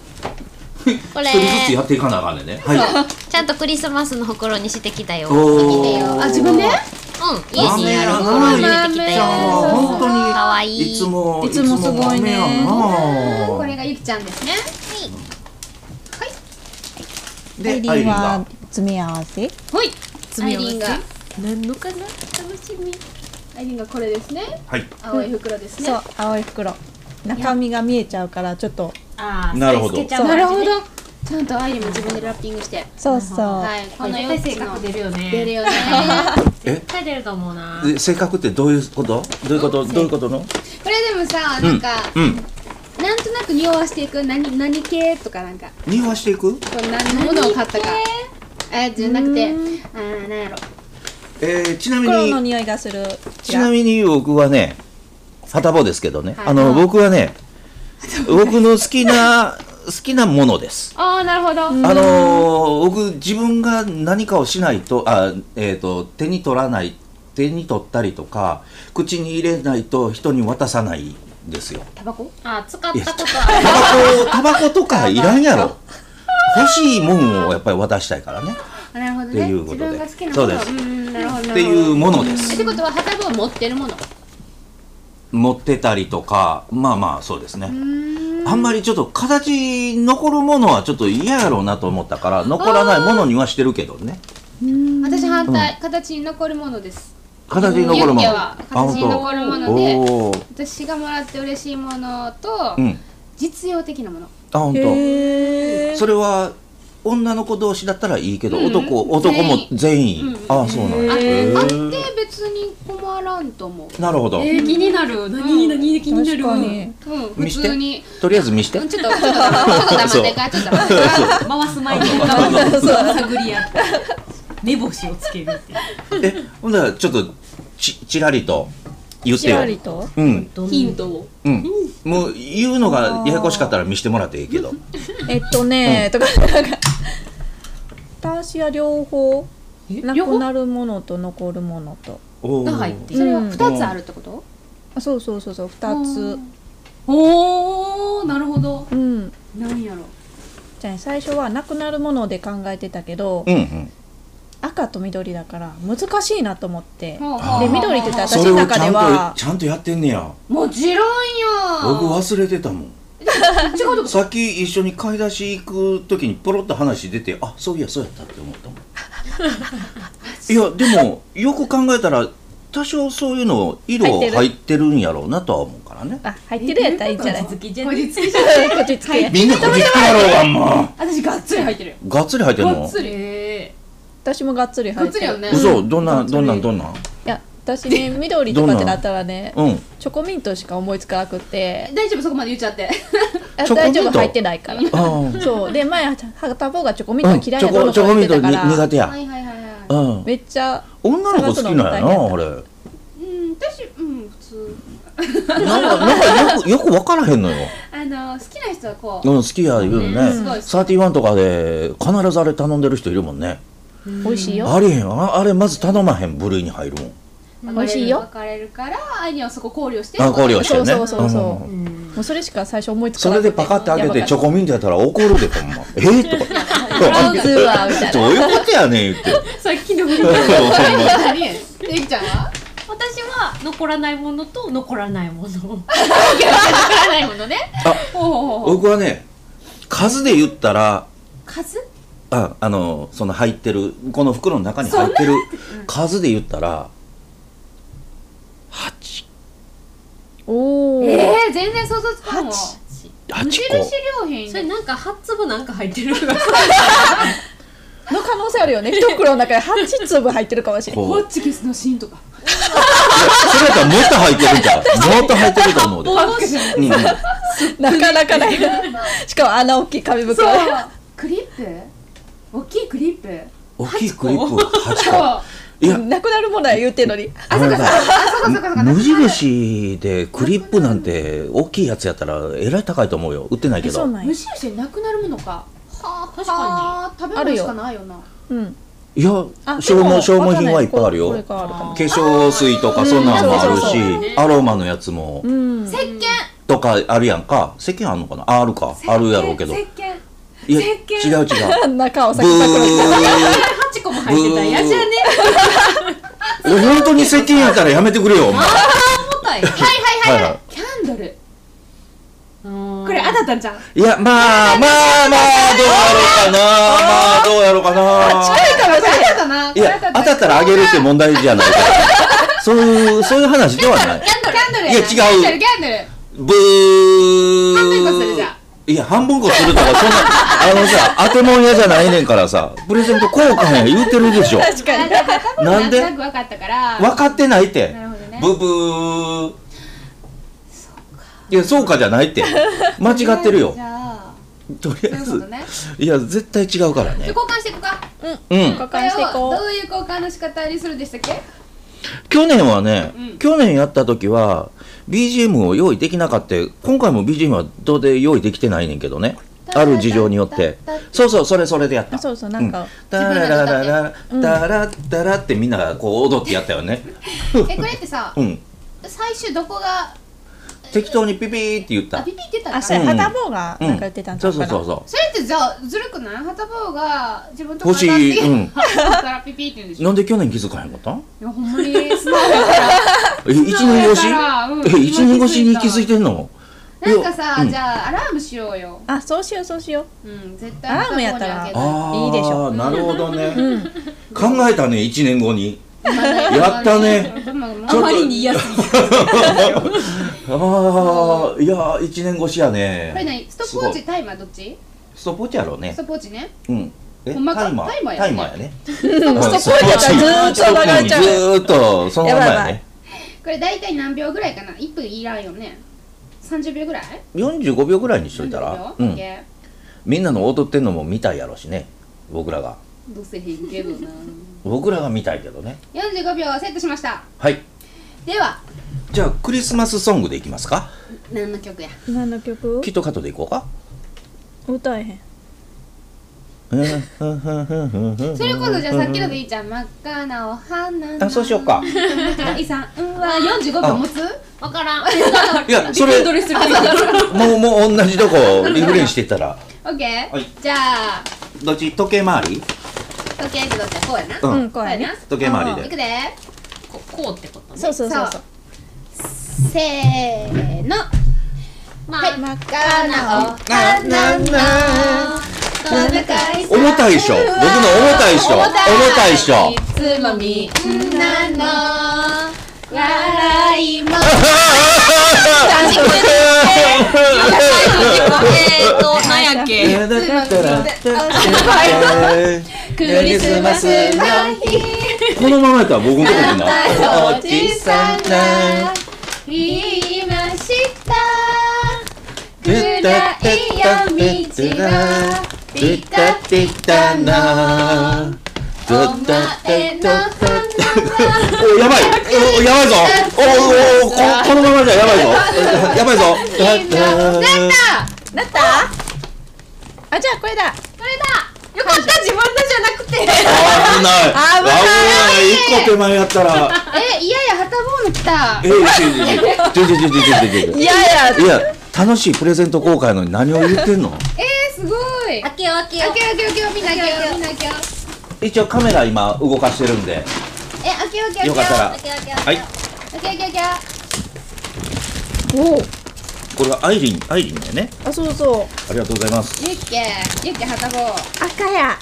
Speaker 3: これ
Speaker 4: 一人ずつやっていかなあかんねんねはい
Speaker 3: ちゃんとクリスマスの袋にしてきたようん
Speaker 4: お
Speaker 2: 見てよあ自分で
Speaker 3: 家にある袋に入れてきたよ
Speaker 2: 豆豆
Speaker 4: 本当に
Speaker 3: かわいい
Speaker 4: いつも
Speaker 1: いつもすごいね
Speaker 4: いつも
Speaker 2: こ
Speaker 4: 豆
Speaker 2: れ
Speaker 4: やな
Speaker 2: がゆきちゃんですねはい
Speaker 4: で
Speaker 1: ア
Speaker 4: アイ
Speaker 1: イリ
Speaker 4: リン
Speaker 1: ンは
Speaker 4: は
Speaker 1: 詰め合わせ
Speaker 2: ほいア
Speaker 3: 詰め
Speaker 2: イ
Speaker 3: 合わせ
Speaker 2: リンが
Speaker 3: 何のかな楽しみ
Speaker 2: アイリンがこれですね
Speaker 4: はい
Speaker 2: 青い袋ですね
Speaker 1: そう青い袋中身が見えちゃうからちょっと
Speaker 3: あー
Speaker 4: なるほど
Speaker 3: それつけちゃう
Speaker 2: なるほどちゃんとアイリも自分でラッピングして
Speaker 1: そうそう、
Speaker 2: はいこの4つ
Speaker 3: 絶対性
Speaker 2: の
Speaker 3: 格出るよね
Speaker 2: 出るよね
Speaker 4: え
Speaker 3: 絶対出ると思うな
Speaker 4: え性格ってどういうことどういうことどういうことの
Speaker 2: これでもさなんか、
Speaker 4: うん
Speaker 2: なんとなく匂わしていく何何系とかなんか
Speaker 4: 匂わしていく
Speaker 2: こう何のものを買ったかあじゃなくてあーなんやろ
Speaker 4: えーちなみ
Speaker 1: 黒の
Speaker 4: に
Speaker 1: 匂いがする
Speaker 4: ちなみに僕はねはたぼですけどね、
Speaker 3: はい
Speaker 4: あの僕はね僕の好きな好きなものです
Speaker 3: ああなるほど、
Speaker 4: あのー僕自分が何かをしないとあ、えー、と手に取らない手に取ったりとか口に入れないと人に渡さないんですよ
Speaker 2: タバコ
Speaker 3: あー使ったこと
Speaker 4: タ
Speaker 3: あ
Speaker 4: バ コタバコとかいらんやろ欲しいもんをやっぱり渡したいからね
Speaker 2: あなるほど
Speaker 4: って
Speaker 2: ね
Speaker 4: いうこと
Speaker 2: 自
Speaker 4: で
Speaker 2: 分が好きなもの
Speaker 4: そうです
Speaker 2: んなるほどなるほど
Speaker 4: っていうもので
Speaker 2: えっ
Speaker 4: す
Speaker 2: てことは旗分持ってるもの
Speaker 4: 持ってたりとかまあまあそうですねあんまりちょっと形残るものはちょっと嫌やろうなと思ったから残らないものにはしてるけどね
Speaker 2: 私反対、形に残るものです
Speaker 4: 形に残るもの
Speaker 2: ユッケは形に残るもので
Speaker 4: おー
Speaker 2: 私がもらって嬉しいものと、
Speaker 4: うん
Speaker 2: 実用的なもの
Speaker 4: あ本当。
Speaker 1: へー
Speaker 4: それは女の子同士だったらいいけど、
Speaker 2: うん
Speaker 4: 男男も全員、
Speaker 2: うん
Speaker 4: ああそうなんや
Speaker 2: あ
Speaker 4: へー
Speaker 2: あって別に困らんと思う
Speaker 4: なるほど、
Speaker 3: えー、気になる何何気にな
Speaker 1: 確
Speaker 3: る
Speaker 1: かに
Speaker 2: うん普
Speaker 4: 見して
Speaker 2: 通に
Speaker 4: とりあえず見して
Speaker 2: うんちょっとちょっとちょっと黙ってかちょっと黙ってか
Speaker 3: 回す前に顔を探り合って目星をつけるっていう
Speaker 4: えほんならちょっとちちらりと言って
Speaker 1: ち
Speaker 4: よ
Speaker 1: らりと
Speaker 4: うん
Speaker 2: ヒントを
Speaker 4: うんもう言うのがややこしかったら見してもらっていいけど
Speaker 1: えっとね、とかなんか私は両方
Speaker 3: え
Speaker 1: な
Speaker 3: 両
Speaker 1: く
Speaker 3: 方
Speaker 1: なるものと残るものと
Speaker 4: おー
Speaker 3: が入って
Speaker 2: それは二つあるってこと
Speaker 1: あそうそうそうそう2つ
Speaker 3: おーなるほど
Speaker 1: うん
Speaker 2: なんやろ
Speaker 1: じゃあね最初はなくなるもので考えてたけど、
Speaker 4: うんうん
Speaker 1: 赤と緑だから難しいなと思って
Speaker 2: ほうほうほ
Speaker 1: で
Speaker 2: う
Speaker 1: 緑って言ったら
Speaker 4: そ
Speaker 1: 私
Speaker 4: れ
Speaker 1: の
Speaker 4: を
Speaker 1: 中
Speaker 4: ち
Speaker 1: で
Speaker 4: ゃん
Speaker 1: は
Speaker 4: とちゃんとやってんねや
Speaker 2: もちろんよ
Speaker 4: 僕忘れてたもん
Speaker 2: 違うとこ
Speaker 4: さっき一緒に買い出し行く時にポロッと話出てあそういやそうやったって思った もんいやでもよく考えたら多少そういうの色
Speaker 1: 入ってる
Speaker 4: 入ってるんやろうなとは思うからね
Speaker 1: あ入ってるやったらいいんじゃないこ
Speaker 3: 続きじゃね
Speaker 1: っちつけ
Speaker 4: みんなこじつけやろうが も
Speaker 2: 私がっつり入ってるよ
Speaker 4: うがっつり入ってん
Speaker 2: が
Speaker 4: の
Speaker 2: っつり
Speaker 3: え
Speaker 1: 私もがっつり
Speaker 2: が
Speaker 1: 入
Speaker 2: っ
Speaker 1: って
Speaker 2: つ
Speaker 1: る
Speaker 2: りよね
Speaker 4: 嘘どんなんどんなんどんなん
Speaker 1: いや私ね緑とかってなったらね
Speaker 4: うん
Speaker 1: チョコミントしか思いつかなくて
Speaker 2: 大丈夫そこまで言っちゃって
Speaker 1: あ
Speaker 4: チョコ
Speaker 1: 大
Speaker 4: ミント
Speaker 1: 丈夫入ってないから
Speaker 4: あー
Speaker 1: そうで前はた方がチョコミン
Speaker 4: う
Speaker 1: ト
Speaker 4: んチ
Speaker 1: 嫌いな
Speaker 4: ョ
Speaker 1: ものと
Speaker 4: コチョ
Speaker 1: か
Speaker 4: コ
Speaker 1: 言っ
Speaker 4: ミン
Speaker 1: て
Speaker 4: ト
Speaker 1: た
Speaker 4: に
Speaker 1: から
Speaker 4: 苦手や
Speaker 2: はいはいはいは
Speaker 4: うん
Speaker 1: めっちゃ
Speaker 4: 女の子好きなんや
Speaker 1: 探すの
Speaker 4: な
Speaker 1: も
Speaker 4: あ
Speaker 1: 大
Speaker 4: れ
Speaker 2: いうん私うん普通
Speaker 4: なんかなんかよくよく分からへんのよ
Speaker 2: あの好きな人はこう
Speaker 4: うん好きや言うね
Speaker 2: うんすごい
Speaker 4: サーティワンとかで必ずあれ頼んでる人いるもんね
Speaker 1: 美味しいよ
Speaker 4: あれへんああれまず頼まへん部類に入るもん
Speaker 1: 美味しいよ
Speaker 2: 別れるから愛にはそこ考慮して
Speaker 4: あ考慮してね
Speaker 1: そうそうそうそうん
Speaker 3: うん
Speaker 1: もうそれしか最初思いつか
Speaker 4: そ
Speaker 1: な
Speaker 4: れ
Speaker 1: く
Speaker 4: で
Speaker 1: て
Speaker 4: パカッて開けてチョ
Speaker 1: ミ
Speaker 4: コミントやったら怒るでほんまえーとか
Speaker 1: ントはみたいな
Speaker 4: どういうことやねん言 って
Speaker 3: さっきの
Speaker 4: ほんま
Speaker 2: 何えきちゃんは
Speaker 3: 私は残らないものと残らないもの残らないものね
Speaker 2: おお
Speaker 4: 僕はね数で言ったら
Speaker 2: 数
Speaker 4: ああのその入ってるこの袋の中に入ってる数で言ったら8
Speaker 1: おお、
Speaker 2: えー、全然想像つかんわ
Speaker 1: 八
Speaker 4: 八
Speaker 2: 無
Speaker 4: 個
Speaker 2: 印良品
Speaker 3: それなんか8粒なんか入ってる
Speaker 1: の可能性あるよね一袋の中に8粒入ってるかもしれない
Speaker 4: こう
Speaker 2: チキスのシーンとか
Speaker 4: それやったらもっと入ってるんちゃ うもっと入ってると思うで、うんうん
Speaker 1: なかなかないしかも穴大きい紙
Speaker 2: そう
Speaker 1: 袋
Speaker 2: クリップ大きいクリップ
Speaker 4: 大きいクリップ
Speaker 2: そ
Speaker 4: 8
Speaker 2: う
Speaker 4: 個
Speaker 2: あ
Speaker 4: いや
Speaker 1: なくなるものは言うてんのに
Speaker 4: あれだ
Speaker 2: そうかそうかそうか
Speaker 4: 無印でクリップなんて大きいやつやったらえらい高いと思うよ売ってないけ
Speaker 1: えそ
Speaker 4: ど
Speaker 1: うなんや
Speaker 2: 無印でなくなるものかはあ
Speaker 3: 確か
Speaker 2: に食べ物しかないよな
Speaker 1: うん
Speaker 4: いや
Speaker 1: あ
Speaker 4: 消
Speaker 1: でも
Speaker 4: 耗消耗
Speaker 1: わ
Speaker 4: 品は
Speaker 1: かんない
Speaker 4: っぱいあるよ
Speaker 1: これ
Speaker 4: 化
Speaker 1: からあるかも
Speaker 4: 粧水とかそんなんもある
Speaker 1: そうそう
Speaker 4: しアロマのやつも
Speaker 1: うん
Speaker 2: 石鹸
Speaker 4: とかあるやんか石鹸あるのかなああるかあるやろうけど
Speaker 2: 石鹸
Speaker 4: いや違う
Speaker 2: 石
Speaker 4: 違う
Speaker 1: 中を
Speaker 4: ブ
Speaker 1: 先パクリ
Speaker 3: 8個も入ってたら嫌じゃね
Speaker 4: ーお本当に石鹸やったらやめてくれよお前は
Speaker 3: 重たい
Speaker 4: いは
Speaker 2: キャンドル
Speaker 3: こ
Speaker 2: これあだたんじゃん
Speaker 4: いいやまあまあまあどうやろうかなまあどうやろうかな
Speaker 2: あだたなこ
Speaker 4: い
Speaker 2: れあ
Speaker 4: や
Speaker 2: だた
Speaker 4: 当たったらあげるって問題じゃないからそういうそういう話ではない
Speaker 2: キャンドル
Speaker 4: いや違う
Speaker 2: キャンドルキャンドル
Speaker 4: ブ
Speaker 2: 半分こするじ
Speaker 4: ー
Speaker 2: ゃん
Speaker 4: いや、半分こするとか、そんな、あのさ、当てもん屋じゃないねんからさ、プレゼント交換や言うてるでしょ。
Speaker 1: 確か
Speaker 2: あ
Speaker 1: に
Speaker 2: じゃあ片方
Speaker 4: なんで
Speaker 2: なんとなく分かったから
Speaker 4: 分かってないって。
Speaker 2: なるほどね
Speaker 4: ブブー。いや、そうかじゃないって。間違ってるよ
Speaker 2: じ。ゃあ
Speaker 4: とり
Speaker 2: そうい
Speaker 4: あえ
Speaker 2: うこと
Speaker 4: ず、
Speaker 2: ね
Speaker 4: いや、絶対違うから
Speaker 2: じゃあ。
Speaker 4: ね
Speaker 2: 交換していこうか
Speaker 4: うん。
Speaker 1: 交換してい
Speaker 2: これを
Speaker 1: こ
Speaker 2: どういう交換の仕方にするんでしたっけ
Speaker 4: 去年はね、去年やった時は、BGM を用意できなかった。今回も BGM はどうで用意できてないねんけどね。ある事情によって。そうそう、それそれでやっ
Speaker 1: う
Speaker 4: た。
Speaker 1: そうそうなんか、
Speaker 4: ダララララダラダラってみんながこう踊ってやったよね。
Speaker 2: えこれってさ
Speaker 4: うん。
Speaker 2: 最終どこが
Speaker 4: 適当にピピーって言っ
Speaker 2: あ
Speaker 4: た
Speaker 2: ピ。ピって言って
Speaker 1: あ
Speaker 2: たの
Speaker 1: そ
Speaker 2: か
Speaker 1: う
Speaker 2: な
Speaker 4: う
Speaker 1: や
Speaker 4: ん
Speaker 1: 片方が
Speaker 4: う
Speaker 1: なん
Speaker 4: ん
Speaker 1: か言ってたんち
Speaker 4: そ
Speaker 1: ゃ
Speaker 4: う
Speaker 1: うか
Speaker 4: そ
Speaker 1: な
Speaker 4: うそうそ
Speaker 2: それってじゃあずるくない片方が自分と
Speaker 4: 欲しい
Speaker 2: 片手
Speaker 4: うん
Speaker 2: からピピって言うんで
Speaker 4: う。
Speaker 2: しょ
Speaker 4: なんで去年気づかへんかったん？
Speaker 2: いやほんまに素直だから
Speaker 4: え一年越し？
Speaker 2: うん
Speaker 4: え一年越しに気づいてんの？
Speaker 2: なんかさ、
Speaker 4: うん
Speaker 2: じゃあアラームしようよ。
Speaker 1: あそうしようそうしよ
Speaker 2: うん、絶対
Speaker 1: アラームやったら
Speaker 2: 片方に
Speaker 4: ああ
Speaker 1: いいでしょ
Speaker 4: なるほどね。
Speaker 1: ううん
Speaker 4: 考えたね一年後に。
Speaker 2: 開け
Speaker 4: やったね。
Speaker 2: でももう
Speaker 4: ちょっと
Speaker 2: あまりに嫌すぎる。こ
Speaker 4: ああいや一年越しやね。
Speaker 2: れ何？ストップウォッ
Speaker 4: すご
Speaker 2: チ
Speaker 4: い？
Speaker 2: タイマーどっち？
Speaker 4: ストップウォッチやろうね
Speaker 2: スト。ップウォッチね。
Speaker 4: うん。え
Speaker 2: ほんまか
Speaker 4: タイマー
Speaker 2: タイマーやね
Speaker 4: タイマーやね。
Speaker 1: ストップウォッチやったらずーっと流れちゃう
Speaker 4: うんずーっとそのままやね。
Speaker 2: これ大体何秒ぐらいかな？一分いらんよね。三十秒ぐらい？
Speaker 4: 45秒ぐらいにしといた
Speaker 2: 30、
Speaker 4: らう
Speaker 2: 秒オッ
Speaker 4: ん、
Speaker 2: ケ
Speaker 4: みんなの踊ってんのも見たいやろしね僕らが
Speaker 2: ーどうせへんけどな。
Speaker 4: 僕らが見たいけどね
Speaker 2: 四十五秒セットしました。
Speaker 4: はい
Speaker 2: では
Speaker 4: じゃあクリスマスソングでいきますか
Speaker 2: 何の曲や？
Speaker 1: 何の曲
Speaker 4: キットカットでいこうか
Speaker 1: 歌えへん
Speaker 2: それこそじゃあさっきのでいいじゃん。真っ赤なお花の。
Speaker 4: あそうしようか
Speaker 2: 愛さんは四十五秒持つ？
Speaker 3: わからん
Speaker 4: いやそれ
Speaker 3: レスする
Speaker 4: もうもう同じとこリフレインしてたら
Speaker 2: オッケー。
Speaker 4: はい
Speaker 2: じゃあ
Speaker 4: どっち時計回り
Speaker 2: 時計ってどっちやこうやな。
Speaker 4: う
Speaker 1: うんんこうやね
Speaker 4: 時計回り
Speaker 2: い
Speaker 4: で
Speaker 2: くで
Speaker 3: ここうってことね
Speaker 1: そうそうそうそ
Speaker 2: そう
Speaker 1: う
Speaker 2: せーの
Speaker 3: まあ、
Speaker 2: はい
Speaker 1: 真っ
Speaker 2: か
Speaker 1: 赤な
Speaker 2: なおかなな
Speaker 4: 重たいっしょ僕の重たいっしょ重たいっしょ
Speaker 2: いつもみんなの笑いも
Speaker 3: えーとなんやっけ
Speaker 2: クリスマスの日
Speaker 4: このままやったら僕のとこ
Speaker 2: あ
Speaker 4: 来んな
Speaker 2: なたおじさんが言いました暗い夜道はピタピ
Speaker 4: ピタな
Speaker 2: お前の花は
Speaker 4: おやばいおやばいぞおおここのままじゃやばいぞやばいぞ
Speaker 2: なった
Speaker 1: なったあじゃあこれだ
Speaker 2: これだよかった自分のじゃなくて
Speaker 4: 危ない危ない一個手前やったら
Speaker 2: え、いやいや、はたぼうの来た
Speaker 4: えいちょちょちょちょちょちょちょ
Speaker 1: いやいや
Speaker 4: いや楽しいプレゼント公開のに何を言ってんの
Speaker 2: えー、すごい開けよう開けよう開けよう開けようみんな開けようみんな開けよう
Speaker 4: 一応カメラ今動かしてるんで
Speaker 2: え、開けよう開けよ
Speaker 4: よ
Speaker 2: う
Speaker 4: かったら
Speaker 2: 開けよう開けよう
Speaker 4: はい
Speaker 2: 開けよう開けよ
Speaker 1: お
Speaker 4: これはアイリンアイリンだよね
Speaker 1: あそうそう
Speaker 4: ありがとうございます
Speaker 2: うゆっけ、ゆっけはたぼう
Speaker 1: 赤や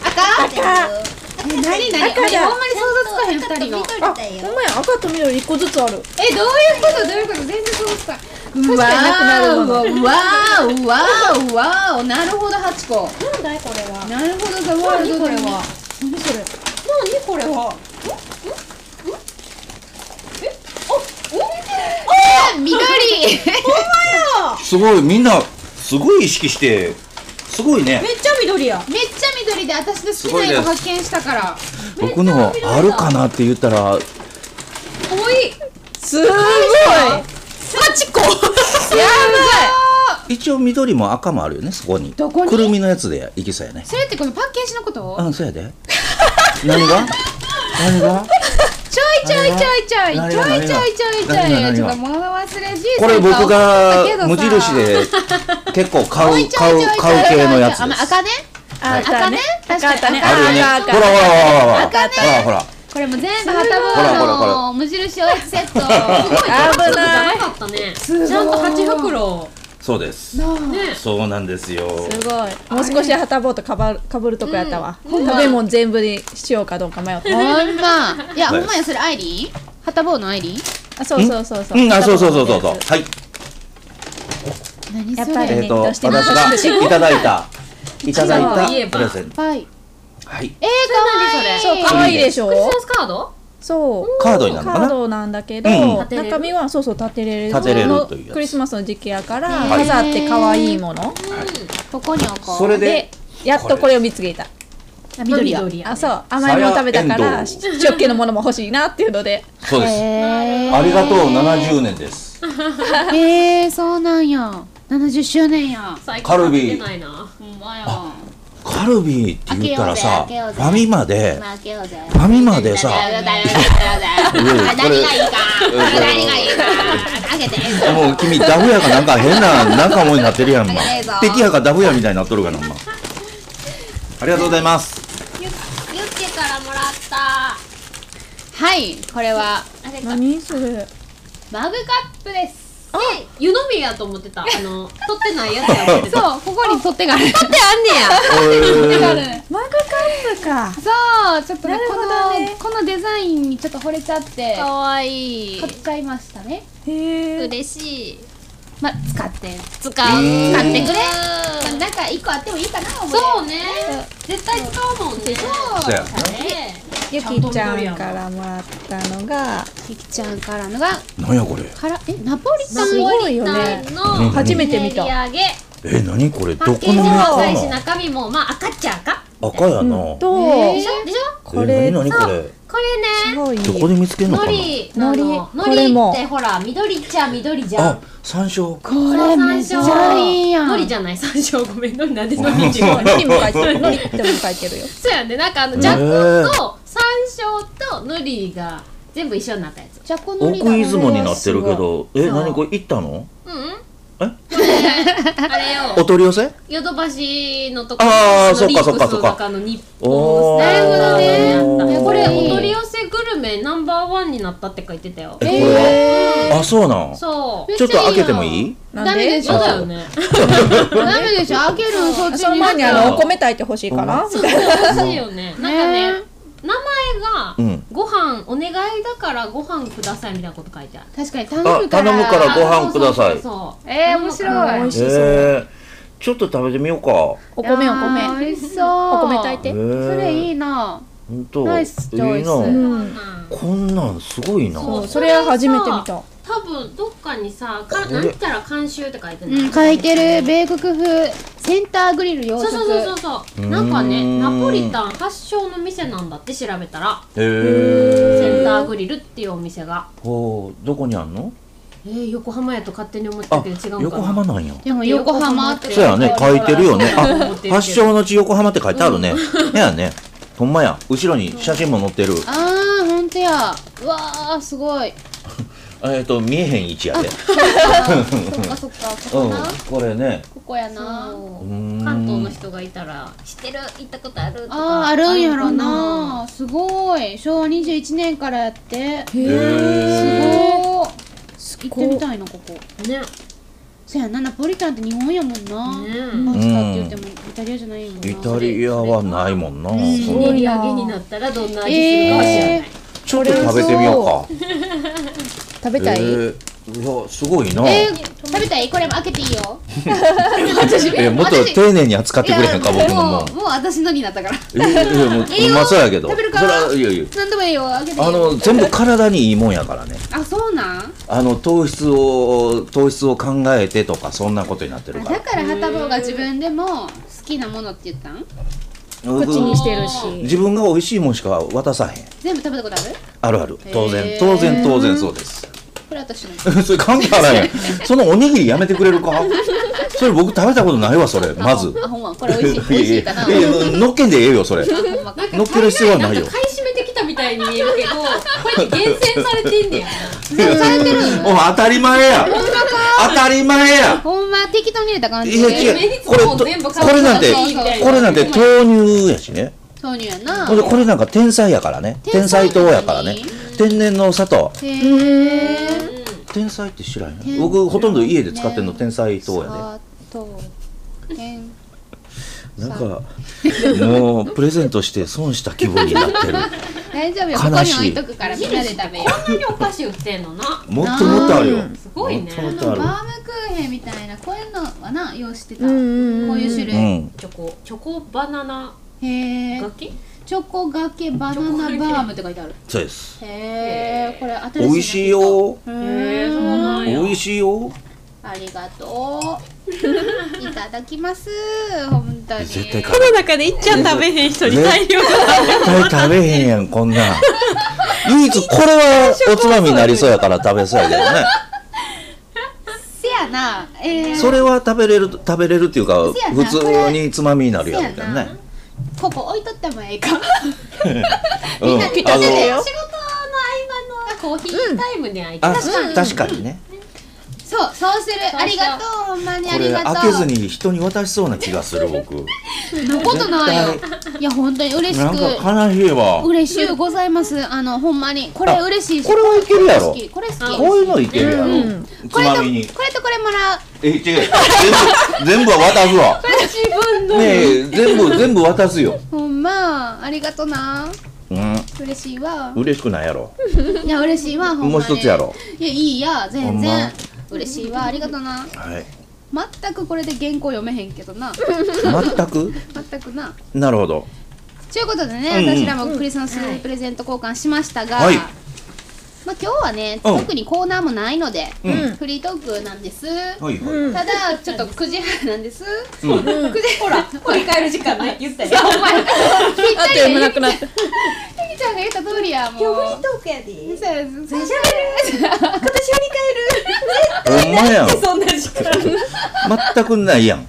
Speaker 2: 赤
Speaker 1: 赤
Speaker 2: え、なになに
Speaker 1: 赤だ
Speaker 2: ほんまに想像つかへん二人の
Speaker 1: あほんまや赤と緑一個ずつある
Speaker 2: え、どういうことどういうこと全然想像つかない
Speaker 1: わー
Speaker 2: わーわーわーわーなるほど、八個
Speaker 1: なんだいこれは
Speaker 2: なるほど、ザワールドだね
Speaker 1: 何それ
Speaker 2: 何これは。え、お、お、え、緑。
Speaker 4: すごいみんなすごい意識してすごいね
Speaker 1: めっちゃ緑や
Speaker 2: めっちゃ緑で、私の好きな色発見したから。
Speaker 4: 僕のあるかなって言ったら
Speaker 2: おい。
Speaker 1: すごい
Speaker 2: 八個。
Speaker 1: やば
Speaker 4: 一応緑も赤もあるよねそこに
Speaker 2: どこに
Speaker 4: くるみのやつでいきそうやね
Speaker 2: それってこのパッケージのこと。
Speaker 4: うんそうやで何 が何が
Speaker 2: ちょいちょいちょいちょい。ちょ
Speaker 4: 何
Speaker 2: い
Speaker 4: が何が
Speaker 2: ちょいちょいちょ
Speaker 4: 何が
Speaker 2: い。
Speaker 4: 何
Speaker 2: ちょっ
Speaker 4: が
Speaker 2: と物忘れじいさん
Speaker 4: これ僕
Speaker 2: 顔だけど
Speaker 4: が
Speaker 2: さ
Speaker 4: 無印。で結構
Speaker 2: お
Speaker 4: 買う
Speaker 2: いちょい
Speaker 4: 買
Speaker 2: ちょ
Speaker 4: う
Speaker 2: いちょい
Speaker 4: 買う系のやつ
Speaker 2: あ
Speaker 4: で
Speaker 2: ます赤ね。
Speaker 1: い赤ね
Speaker 2: 赤ね
Speaker 1: 赤あったね
Speaker 4: あるよね
Speaker 1: 赤
Speaker 4: ほ
Speaker 1: 赤
Speaker 4: らほらほらほらほ
Speaker 1: 赤ね
Speaker 4: らほら
Speaker 2: これも全部ハタ
Speaker 4: ほらほら
Speaker 2: ボ
Speaker 4: ほ
Speaker 2: ー
Speaker 4: ら
Speaker 2: の無印おやつセット。
Speaker 1: 危ない
Speaker 3: かったねちゃんと八袋
Speaker 4: そうです
Speaker 3: ね
Speaker 4: そうなんですよ
Speaker 1: すごいもう少しはたぼうとかばるかぶるとこやったわ、食べ物全部にしようかどうか迷った
Speaker 2: ほんま。いや、ほんまや、それアイリン。ハタボーのアイリン。
Speaker 1: あそうそうそうそう
Speaker 4: うんあそうそうそうそうそう
Speaker 1: は
Speaker 4: はい
Speaker 2: 何
Speaker 1: やっ
Speaker 2: そ
Speaker 1: ぱり
Speaker 4: え
Speaker 1: ね
Speaker 2: れ
Speaker 4: っ、と、
Speaker 1: どう
Speaker 4: 私
Speaker 1: しても
Speaker 4: がいただいた、いただ
Speaker 2: いちごとい
Speaker 4: い
Speaker 2: え
Speaker 4: た
Speaker 2: ば
Speaker 4: プレゼント。
Speaker 2: はい
Speaker 4: はい。
Speaker 2: えー、かわいい
Speaker 1: そう可愛いでしょ
Speaker 2: クリスマスカード
Speaker 1: そう
Speaker 4: カードになるのか
Speaker 1: カー
Speaker 4: な
Speaker 1: ドなんだけど、
Speaker 4: うん
Speaker 2: 立てれる
Speaker 1: 中身はそうそう立てれる
Speaker 4: 立てれるというやつ
Speaker 1: クリスマスの時期やから
Speaker 2: はい
Speaker 1: 飾って可愛いもの
Speaker 2: ここに置こう
Speaker 4: それ
Speaker 1: で
Speaker 4: で、
Speaker 1: やっとこれを見つけた
Speaker 2: あ緑だ
Speaker 1: あそう甘いもの食べたから
Speaker 4: さや
Speaker 1: 食器のものも欲しいなっていうので
Speaker 4: そうです。
Speaker 2: へー
Speaker 4: ありがとう70年です。
Speaker 2: へえそうなんや70周年や
Speaker 3: 最
Speaker 4: カルビ
Speaker 3: 出てないな
Speaker 2: ほんまや
Speaker 4: カルビーって言ったらさ、
Speaker 2: 開
Speaker 4: フ
Speaker 2: けようぜ
Speaker 4: ァミマで、
Speaker 2: 開けようぜ
Speaker 4: ファミマでさ、
Speaker 2: だだ
Speaker 4: うんこれ
Speaker 2: 何がいいか
Speaker 4: うんこれ
Speaker 2: 何がいいか開けて
Speaker 4: もう君ダフやかなんか変ななんかもんになってるやんま敵やかダフやみたいになっとるからまありがとうございます
Speaker 3: ユッケからもらった
Speaker 2: はいこれは
Speaker 3: あれか
Speaker 1: 何それ
Speaker 2: マグカップです
Speaker 3: 湯飲みやと思ってたあの取ってないやつやと思 ってた
Speaker 2: そうここに取っ手がある取っ手あんねや
Speaker 1: マグカップか
Speaker 2: そうちょっとね
Speaker 1: なる
Speaker 2: こ
Speaker 1: ほどね
Speaker 2: のこのデザインにちょっと惚れちゃって
Speaker 3: かわいい
Speaker 2: 買っちゃいましたね
Speaker 1: へえ
Speaker 3: 嬉しい
Speaker 2: まあ使って
Speaker 3: 使う使
Speaker 4: うん
Speaker 3: ってくれ
Speaker 2: なんか一個あってもいいかな思って
Speaker 3: そうね絶対使うもんね
Speaker 4: そうや
Speaker 3: ね
Speaker 1: ゆきちゃんからもらったのが
Speaker 2: ゆきちゃんからのが
Speaker 4: なんやこれ
Speaker 2: からえナポリタン
Speaker 1: すごいよ
Speaker 3: ナ
Speaker 1: ね
Speaker 3: ポリタン
Speaker 4: うん
Speaker 3: の
Speaker 1: 初めて見
Speaker 3: 練り
Speaker 1: た
Speaker 3: 上げ
Speaker 4: え何これ
Speaker 3: パ
Speaker 4: ど
Speaker 3: ッ
Speaker 4: こ
Speaker 3: ケー
Speaker 4: の
Speaker 3: ジ
Speaker 4: メ
Speaker 3: も
Speaker 4: ーカ
Speaker 3: 赤いし
Speaker 4: ーな
Speaker 3: 中身もまあ赤っちゃ赤
Speaker 4: 赤やな
Speaker 1: と
Speaker 2: え
Speaker 3: でしょでしょ
Speaker 1: これ
Speaker 4: え何こ
Speaker 3: こ
Speaker 4: れ
Speaker 3: れね
Speaker 1: 超いい
Speaker 4: ど こで見つけんのか
Speaker 3: の
Speaker 4: な
Speaker 3: り
Speaker 1: のり
Speaker 3: の
Speaker 1: これ
Speaker 3: り
Speaker 1: も
Speaker 3: ってほら緑っちゃ緑じゃ
Speaker 4: あ
Speaker 3: ん
Speaker 4: 山椒
Speaker 2: これめっちゃいいやん
Speaker 3: のりじゃない山椒ごめんのりなんでのり違
Speaker 1: の
Speaker 3: うの
Speaker 1: りも書いてるのりっても書いてるよ
Speaker 3: そうやねなんかあの
Speaker 4: へー
Speaker 3: じゃこと山椒とのりが全部一緒になったやつ
Speaker 2: じゃこのりだ
Speaker 4: 奥出雲になってるけどえ何これ行ったの
Speaker 3: うんうん
Speaker 4: え
Speaker 3: あれよ
Speaker 4: お取り寄せ
Speaker 3: ヨドバシのとこ
Speaker 4: あー
Speaker 3: のリップス
Speaker 4: そっかそっかそっか
Speaker 3: の中の日本
Speaker 4: おー
Speaker 3: なるほどね
Speaker 4: おー
Speaker 3: これお取り寄せグルメナンバーワンになったって書いてたよ
Speaker 4: えこれはあそうなん
Speaker 3: そう
Speaker 4: ちょっと開けてもいい
Speaker 1: な
Speaker 2: ダ
Speaker 1: ん
Speaker 2: メで
Speaker 1: で
Speaker 2: し
Speaker 3: そう
Speaker 2: ょ
Speaker 3: だよね
Speaker 2: ダメでしょ開けるんそっち
Speaker 1: その前に
Speaker 2: や
Speaker 1: あの
Speaker 2: ろ
Speaker 1: お米炊いてほしいか なみたいな
Speaker 3: 欲しいよねなんかね
Speaker 2: ね
Speaker 3: 名
Speaker 4: う
Speaker 3: 前が
Speaker 4: ん
Speaker 3: ご飯お願いだからご飯くださいみたいなこと書いてある
Speaker 2: 確かに頼む
Speaker 4: あ
Speaker 2: から
Speaker 4: 頼むからご飯ください
Speaker 3: そうそうそう
Speaker 2: えー面白い
Speaker 1: 美味しそう
Speaker 4: えーちょっと食べてみようか
Speaker 1: お米お
Speaker 2: あー
Speaker 1: 米
Speaker 2: 美味しそう
Speaker 1: お米炊いて
Speaker 2: そ
Speaker 4: え
Speaker 2: れい
Speaker 4: ー
Speaker 2: いな
Speaker 4: 本当
Speaker 2: ナイスチョイス
Speaker 4: いいな
Speaker 1: うん
Speaker 4: こんなんすごいな。
Speaker 1: そうそれは初めて見た
Speaker 3: 多分どっかにさか
Speaker 4: これ
Speaker 3: なんたら監修って書いて
Speaker 2: う
Speaker 3: る
Speaker 2: ん書いてる米国風センターグリル洋
Speaker 3: そう
Speaker 2: 食
Speaker 3: そうそうそうそう
Speaker 4: うー
Speaker 3: うんなんかねナポリタン発祥の店なんだって調べたら
Speaker 4: へー
Speaker 3: センターグリルっていうお店が
Speaker 4: ほうどこにあんの？
Speaker 3: えー、横浜やと勝手に思ってた
Speaker 4: あ
Speaker 3: けど違うんかな
Speaker 4: 横浜なんや。
Speaker 2: でも横浜って
Speaker 4: そうやね書いてるよね。
Speaker 3: 思
Speaker 4: あ
Speaker 3: ってるけど
Speaker 4: 発祥の地横浜って書いてあるね。ねやね。ほんまや。後ろに写真も載ってる。
Speaker 2: あーほんとやうわーすご い
Speaker 4: えっと見えへん位置やで。
Speaker 2: そっかそっかこ
Speaker 4: う
Speaker 2: こ
Speaker 4: ん
Speaker 2: な、
Speaker 4: これね。
Speaker 2: ここやな
Speaker 4: うーん
Speaker 3: 関東の人がいたら知ってる行ったことあると
Speaker 2: あ
Speaker 3: か
Speaker 2: ーあるんやろ
Speaker 3: あるのか
Speaker 2: なすごい昭和21年からやってす
Speaker 4: へー
Speaker 2: ごー行ってみたいなここ
Speaker 3: ね
Speaker 2: そやなナポリタンって日本やもんな
Speaker 3: ね
Speaker 2: パスタって言ってもイタリアじゃないもんな
Speaker 4: イタリアはないもんな。そんな
Speaker 3: 盛り上
Speaker 4: ち
Speaker 3: げになったらどんな味するか知らない、
Speaker 2: え
Speaker 4: ょっと食べてみようか。
Speaker 1: 食べたい
Speaker 4: えーうわすごいな
Speaker 2: ー、。えー、食べたいこれも開けていいよ
Speaker 4: えもっと丁寧に扱ってくれへんか僕のもん
Speaker 2: も。うもう私のになったから
Speaker 4: えーいやもううまそうやけど。
Speaker 2: 食べるか
Speaker 4: それはいやいや。
Speaker 2: 何でもいいよ開けていい
Speaker 4: あの全部体にいいもんやからね
Speaker 2: あそうなんあ
Speaker 4: あの糖質を糖質を考えてとかそんなことになってるか
Speaker 2: だ
Speaker 4: ら
Speaker 2: からハタボーが自分でも好きなものって言ったん
Speaker 1: 口にしてる
Speaker 4: うん
Speaker 1: し
Speaker 4: 自分が美味しいもんしか渡さへん
Speaker 2: 全部食べたことある
Speaker 4: あるある当
Speaker 2: へ
Speaker 4: 然
Speaker 2: ー
Speaker 4: 当然当然そうです
Speaker 2: これ私の
Speaker 4: それ関係あ らへんそのおにぎりやめてくれるかそれ僕食べたことないわそれまず
Speaker 2: あほんまこれ美味しい美味しい かな
Speaker 4: いやいやいやのっけんでええよそれ
Speaker 2: ほんまか
Speaker 4: のっける必要は
Speaker 3: な
Speaker 4: なんい
Speaker 3: か
Speaker 4: よ
Speaker 3: 買い占めてきたみたいに見えるけどこうやって厳選されてんねや
Speaker 4: お前当たり前や当たり前や
Speaker 2: ほんま適当に入れた感じ
Speaker 4: いや違う
Speaker 3: 目につくもん全部買う
Speaker 4: これなんて
Speaker 3: いいみたい
Speaker 4: これなんて豆乳やしね
Speaker 2: 豆乳やな
Speaker 4: これこれなんか天才やからね
Speaker 2: 天
Speaker 4: 天
Speaker 2: 才
Speaker 4: 才糖やからね天然の砂糖
Speaker 2: へえ
Speaker 4: 天才って知らん
Speaker 2: 天
Speaker 4: よ僕ほとんど家で使ってんの天才糖や
Speaker 2: 砂糖天
Speaker 4: なんかもうプレゼントして損した気分になってる
Speaker 2: 大丈夫よここ
Speaker 4: 悲
Speaker 2: に
Speaker 4: しい
Speaker 2: 置いとくからみんなで食べよ
Speaker 3: こんなにお菓子売ってんのな
Speaker 4: もっともっとあるよ
Speaker 3: すごいね
Speaker 4: もっ
Speaker 2: う
Speaker 4: ともっと
Speaker 2: バ
Speaker 4: あ
Speaker 2: ームクーヘンみたいなこういうのはな用意してた、
Speaker 1: うんうんうん
Speaker 2: こういう種
Speaker 4: る
Speaker 2: 類、
Speaker 4: うん
Speaker 3: チョコチョコバナナ
Speaker 2: へえ
Speaker 3: 楽器
Speaker 2: チョコがけバナナバームって書いてある
Speaker 4: そうです
Speaker 2: へえこれ新しい
Speaker 4: 美
Speaker 2: の
Speaker 4: 味しいよ
Speaker 2: へ
Speaker 3: へえそう
Speaker 2: え
Speaker 3: なん
Speaker 4: 美
Speaker 3: や
Speaker 4: 味しいよ
Speaker 2: ありがとういただきます本当に
Speaker 4: 絶対買
Speaker 3: この中でいっちゃん食べへん人に大量
Speaker 4: 絶対食べへんやんこんなん唯一これはおつまみになりそうやから食べそうやけどね
Speaker 2: せやなえー、
Speaker 4: それは食べれる食べれるっていうか
Speaker 2: せやな
Speaker 4: 普通につまみになるやんみたいなね
Speaker 2: ここ置いとってもええか
Speaker 4: うん
Speaker 2: みんな
Speaker 1: ピタ
Speaker 4: あ
Speaker 1: ッとだよ
Speaker 4: の
Speaker 2: 仕事の合間の
Speaker 3: コーヒータイムにあい
Speaker 4: あ確かにね
Speaker 2: そうそうする
Speaker 3: そう
Speaker 2: ありがとうほんまにあ
Speaker 4: こ
Speaker 2: り
Speaker 4: れ
Speaker 2: がとう
Speaker 4: 開けずに人に渡しそうな気がする僕
Speaker 2: のことないよ
Speaker 4: 絶
Speaker 2: いや本当に嬉し
Speaker 4: なん
Speaker 2: く
Speaker 4: か悲しいわ
Speaker 2: 嬉しゅうございますあのほんまにこれ
Speaker 4: あ
Speaker 2: 嬉しいし
Speaker 4: これはいけるやろ
Speaker 2: これ好きこれ好き
Speaker 3: あ
Speaker 4: こういうのいけるやろ
Speaker 1: うん
Speaker 4: つまみに
Speaker 2: これとこれもらう
Speaker 4: え違う全部全部は渡すわ
Speaker 3: 自分
Speaker 4: ねえ全部全部渡すよ
Speaker 2: ほんまありがとな
Speaker 4: うん
Speaker 2: 嬉しいわ
Speaker 4: 嬉しくないやろ
Speaker 2: いや嬉しいわほんまに
Speaker 4: もう一つやろ
Speaker 2: いやいいや全
Speaker 4: ほんま
Speaker 2: 然嬉しいわありがとな
Speaker 4: はい
Speaker 2: 全くこれで原稿読めへんけどな
Speaker 4: 全く
Speaker 2: 全くな
Speaker 4: なるほど
Speaker 2: ということでね、
Speaker 4: うんうん
Speaker 2: 私らもクリスマスプレゼント交換しましたが、
Speaker 4: はい
Speaker 2: まあ、今日はね、
Speaker 4: うん
Speaker 2: 特にコーナーもないので、
Speaker 4: うん
Speaker 2: フリートークなんです、
Speaker 4: はいはい
Speaker 1: うん
Speaker 2: ただちょっと9時半なんです、
Speaker 4: うん
Speaker 2: 9時ほらぴっ
Speaker 3: 振り返る時間ない言ったよ
Speaker 1: あ
Speaker 2: た
Speaker 1: っと
Speaker 2: り
Speaker 1: 読めな
Speaker 2: やね
Speaker 1: く なった
Speaker 2: ゆきちゃんが言った通りやもう
Speaker 3: トークやで今
Speaker 2: そうですそうです
Speaker 3: 年振り
Speaker 4: ほんまやん
Speaker 3: そんな時間
Speaker 4: 全くないやん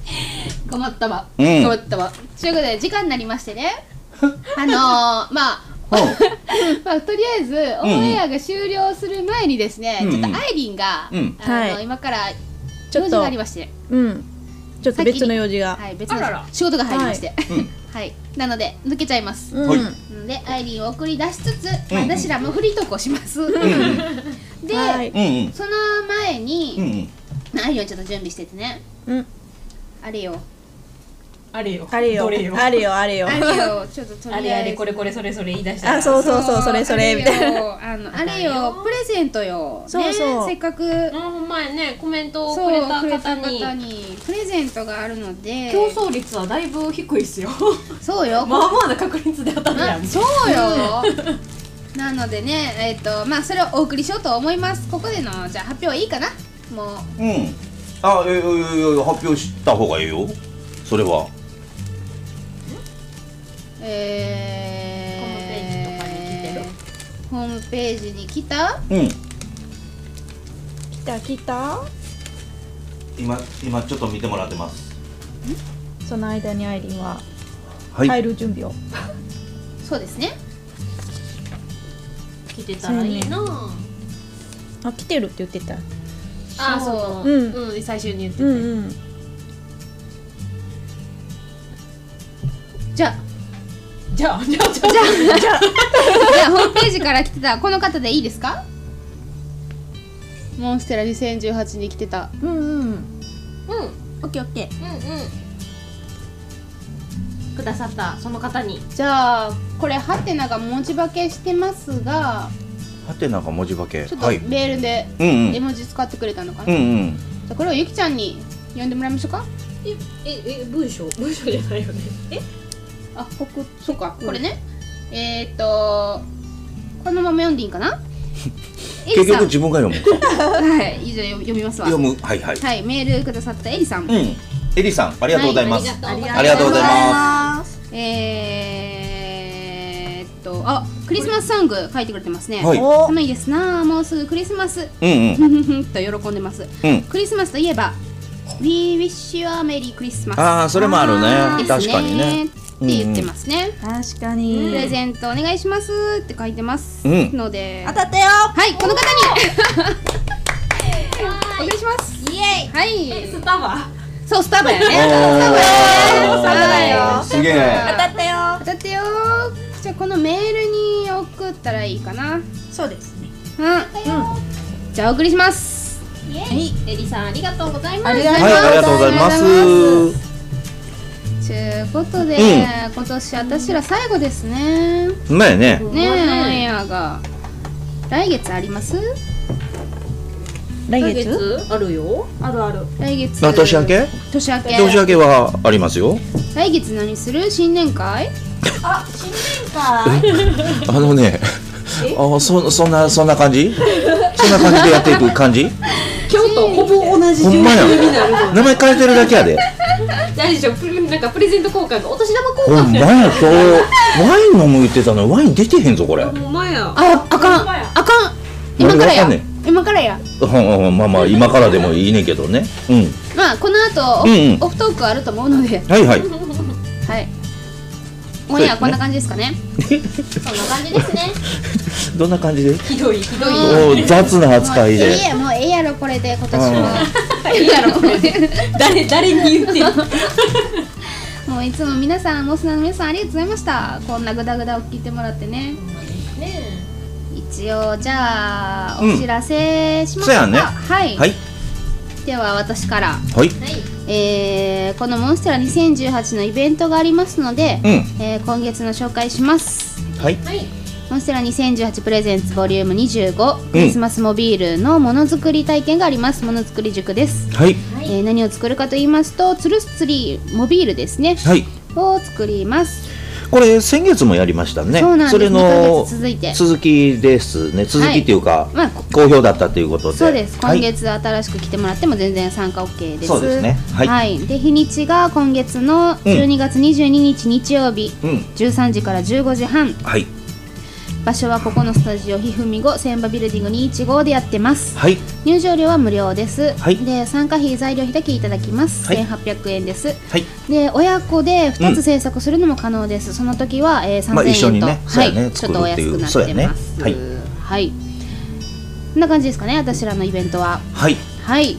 Speaker 2: 困ったわ、
Speaker 4: うん
Speaker 2: 困ったわということで時間になりまして ねあのー、まあ
Speaker 4: う
Speaker 2: まあ、とりあえずオンエアが終了する前にですね、
Speaker 4: うんうん
Speaker 2: ちょっとアイリンが、
Speaker 4: うん
Speaker 2: あの
Speaker 1: はい
Speaker 2: 今から
Speaker 1: ちょっと
Speaker 2: 用事がありまして、
Speaker 1: うんちょっと別の用事が、
Speaker 2: はい、別の
Speaker 3: あらら
Speaker 2: 仕事が入りまして、 はい
Speaker 4: んうん
Speaker 2: なので抜けちゃいます、
Speaker 1: うん、
Speaker 4: はい
Speaker 2: なのでアイリンを送り出しつつ、
Speaker 4: うんうん
Speaker 2: 私らもフリートークをします、 で、
Speaker 1: はい
Speaker 4: うんうん
Speaker 2: その前
Speaker 4: うんう
Speaker 2: に、
Speaker 4: ん
Speaker 2: アイリンをちょっと準備しててね
Speaker 1: うん
Speaker 2: あれよ
Speaker 3: あれよ
Speaker 1: あれよ
Speaker 3: どれよ
Speaker 1: あれよあれよ
Speaker 2: あれよちょっととりあ
Speaker 3: あ
Speaker 2: え
Speaker 3: れ
Speaker 2: ず
Speaker 3: あれこれこれそれそれ言い出したから
Speaker 1: あそうそうそうそれそれみたいな
Speaker 2: なあのあれよプレゼントよ、ね、
Speaker 1: そうそう
Speaker 2: せっかく
Speaker 3: あほんまやねコメントを
Speaker 2: そう
Speaker 3: くれた
Speaker 2: くれ
Speaker 3: 方
Speaker 2: た
Speaker 3: に
Speaker 2: 方にプレゼントがあるので
Speaker 3: 競争率はだいぶ低いっすよ
Speaker 2: そうよ、
Speaker 3: まあまあな確率で当たるや
Speaker 2: なんそうよなのでねえっ、とまあそれをお送りしようと思いますここでのじゃあ発表はいいかなもう
Speaker 4: うんあえええ発表した方がいいよそれは
Speaker 2: えー、ホームページに来た
Speaker 4: うん
Speaker 1: 来た来た
Speaker 4: 今今ちょっと見てもらってます
Speaker 1: その間にアイリンは
Speaker 4: はい、
Speaker 1: 入る準備を
Speaker 2: そうですね
Speaker 3: 来てたらいいな
Speaker 1: あ来てるって言ってた
Speaker 3: あその
Speaker 1: う
Speaker 3: うん、うん、最初に言ってて、
Speaker 1: ん
Speaker 2: じゃあ
Speaker 3: じゃあじゃあじゃあ
Speaker 2: じゃあホームページから来てたこの方でいいですかモンステラ2018に来てた
Speaker 1: うんうん
Speaker 3: うんうんうん
Speaker 1: オッケーオッケー
Speaker 3: くださったその方に
Speaker 2: じゃあこれハテナが文字化けしてますが
Speaker 4: はてなが文字化け
Speaker 2: ちょっと
Speaker 4: はい
Speaker 2: メールで
Speaker 4: うんう
Speaker 2: 絵
Speaker 4: ん
Speaker 2: 文字使ってくれたのかな、
Speaker 4: うんうん
Speaker 2: じゃあこれをゆきちゃんに読んでもらいましょうか
Speaker 3: えええ文章文章じゃないよねえ
Speaker 2: あ、ここ、そうか、これね。えーっと、このまま読んでいいんか な。エリ
Speaker 4: 結
Speaker 2: さ
Speaker 4: 局
Speaker 2: ん、
Speaker 4: 自分が読むか
Speaker 2: はい、以上読み読みますわ。
Speaker 4: 読むはいはい、
Speaker 2: はい、メールくださったエリさん。
Speaker 4: うんエリさんありがとうございます、
Speaker 3: はいありがとうございます
Speaker 4: ありがとうございます
Speaker 2: えーっと、あ、クリスマスソング書いてくれてますね。
Speaker 4: はい
Speaker 1: お
Speaker 2: 寒いですなあ、もうすぐクリスマス。
Speaker 4: うん
Speaker 2: ふふふと喜んでます。
Speaker 4: うんうん
Speaker 2: クリスマスといえば、We wish you a merry Christmas。
Speaker 4: ああそれもあるね
Speaker 2: です
Speaker 4: 確かにね
Speaker 2: って言ってますね。
Speaker 1: 確か
Speaker 2: プレ
Speaker 1: に
Speaker 2: ゼントお願いしますって書いてます
Speaker 4: うん
Speaker 2: ので、
Speaker 1: 当たったよ
Speaker 2: はい、この方にお願いします
Speaker 1: イエイ
Speaker 2: はい、
Speaker 3: スタバ
Speaker 2: そう、スタバやね
Speaker 4: おー
Speaker 2: スタバやねスタバ
Speaker 4: すげえ
Speaker 1: 当たったよ
Speaker 2: 当たってよじゃあこのメールに送ったらいいかなうん
Speaker 1: そうです
Speaker 2: じゃあお送りします
Speaker 1: はい
Speaker 3: エリさんありがとうございま
Speaker 1: あ
Speaker 3: す
Speaker 1: りがとうございます
Speaker 4: はいありがとうございます
Speaker 2: ちちゅうことで、
Speaker 4: うん
Speaker 2: 今年私ら最後ですね
Speaker 4: ほんまや
Speaker 2: ね
Speaker 4: ね
Speaker 2: えオンエアが来月あります
Speaker 5: 来
Speaker 1: 来
Speaker 5: 月
Speaker 1: 月あるよ
Speaker 3: あるある
Speaker 2: 来月
Speaker 4: な年明け
Speaker 2: 年明け
Speaker 4: 年明けはありますよ
Speaker 2: 来月何する新年会
Speaker 3: あ新年会
Speaker 4: あのねあそそんなそんな感じそんな感じでやっていく感じ
Speaker 1: 今日とほぼ同じ
Speaker 4: ほんまや
Speaker 1: になる
Speaker 4: 名前変えてるだけやで
Speaker 6: 大丈夫プレなんかプレゼント交換がお年玉交
Speaker 4: ほん
Speaker 6: 換
Speaker 4: まや今日ワイン飲む言ってたのにワイン出てへんぞこれうん
Speaker 1: ほんまや
Speaker 2: ああかんあかん今からや
Speaker 4: なんでわか
Speaker 2: 今からや
Speaker 4: うんうんまあまあ今からでもいいねんけどねうん
Speaker 2: まあこの後オフ,、
Speaker 4: うんうん
Speaker 2: オフトークあると思うので
Speaker 4: はいはい
Speaker 2: はいオンエアこんな感じですかねそんな感じですね
Speaker 4: どんな感じで
Speaker 1: ひどいひどい
Speaker 4: おー雑な扱いで
Speaker 2: いいやもうええやろこれで今年も
Speaker 1: ん
Speaker 2: いいやろこれで
Speaker 1: 誰誰に言ってんの
Speaker 2: もういつも皆さんモスナの皆さんありがとうございましたこんなグダグダを聞いてもらってね一応じゃあお知らせしましょうか、
Speaker 4: うんそうやね
Speaker 2: はい、
Speaker 4: はい
Speaker 2: では私から、
Speaker 4: はい
Speaker 2: えーこのモンステラ2018のイベントがありますので、
Speaker 4: うん
Speaker 2: えー今月の紹介します
Speaker 4: はい
Speaker 2: モンステラ2018プレゼンツボリューム25、
Speaker 4: ん
Speaker 2: クリスマスモビールのものづくり体験がありますものづくり塾です、
Speaker 4: はい
Speaker 2: えー何を作るかと言いますとつるすりモビールですね、
Speaker 4: はい
Speaker 2: を作ります
Speaker 4: これ先月もやりましたね
Speaker 2: そうなんです
Speaker 4: れ
Speaker 2: 二ヶ
Speaker 4: の
Speaker 2: 月続いて
Speaker 4: 続きですね続きっていうか、
Speaker 2: まあこ
Speaker 4: 好評だったということで
Speaker 2: そうです
Speaker 4: は
Speaker 2: 今
Speaker 4: い
Speaker 2: 月新しく来てもらっても全然参加 OK です
Speaker 4: そうですねは
Speaker 2: はいい、で日にちが今月の12月22日日曜日、
Speaker 4: うん
Speaker 2: 13時から15時半
Speaker 4: はい
Speaker 2: 場所はここのスタジオひふみご千葉ビルディング215でやってます
Speaker 4: はい
Speaker 2: 入場料は無料です、
Speaker 4: はい
Speaker 2: で参加費材料費だけいただきます、
Speaker 4: はい
Speaker 2: 1800円です
Speaker 4: はい
Speaker 2: で親子で
Speaker 4: う
Speaker 2: 2
Speaker 4: ん
Speaker 2: つ制作するのも可能です、その時は、えー、3000円と、
Speaker 4: まあ一緒にねそう
Speaker 2: は
Speaker 4: や
Speaker 2: い、
Speaker 4: ね
Speaker 2: ちょっとお安くなっ
Speaker 4: 作るって
Speaker 2: て
Speaker 4: いう
Speaker 2: ま
Speaker 4: そ
Speaker 2: す
Speaker 4: うやね
Speaker 2: はい、こんな感じですかね私らのイベントは
Speaker 4: はい
Speaker 2: はい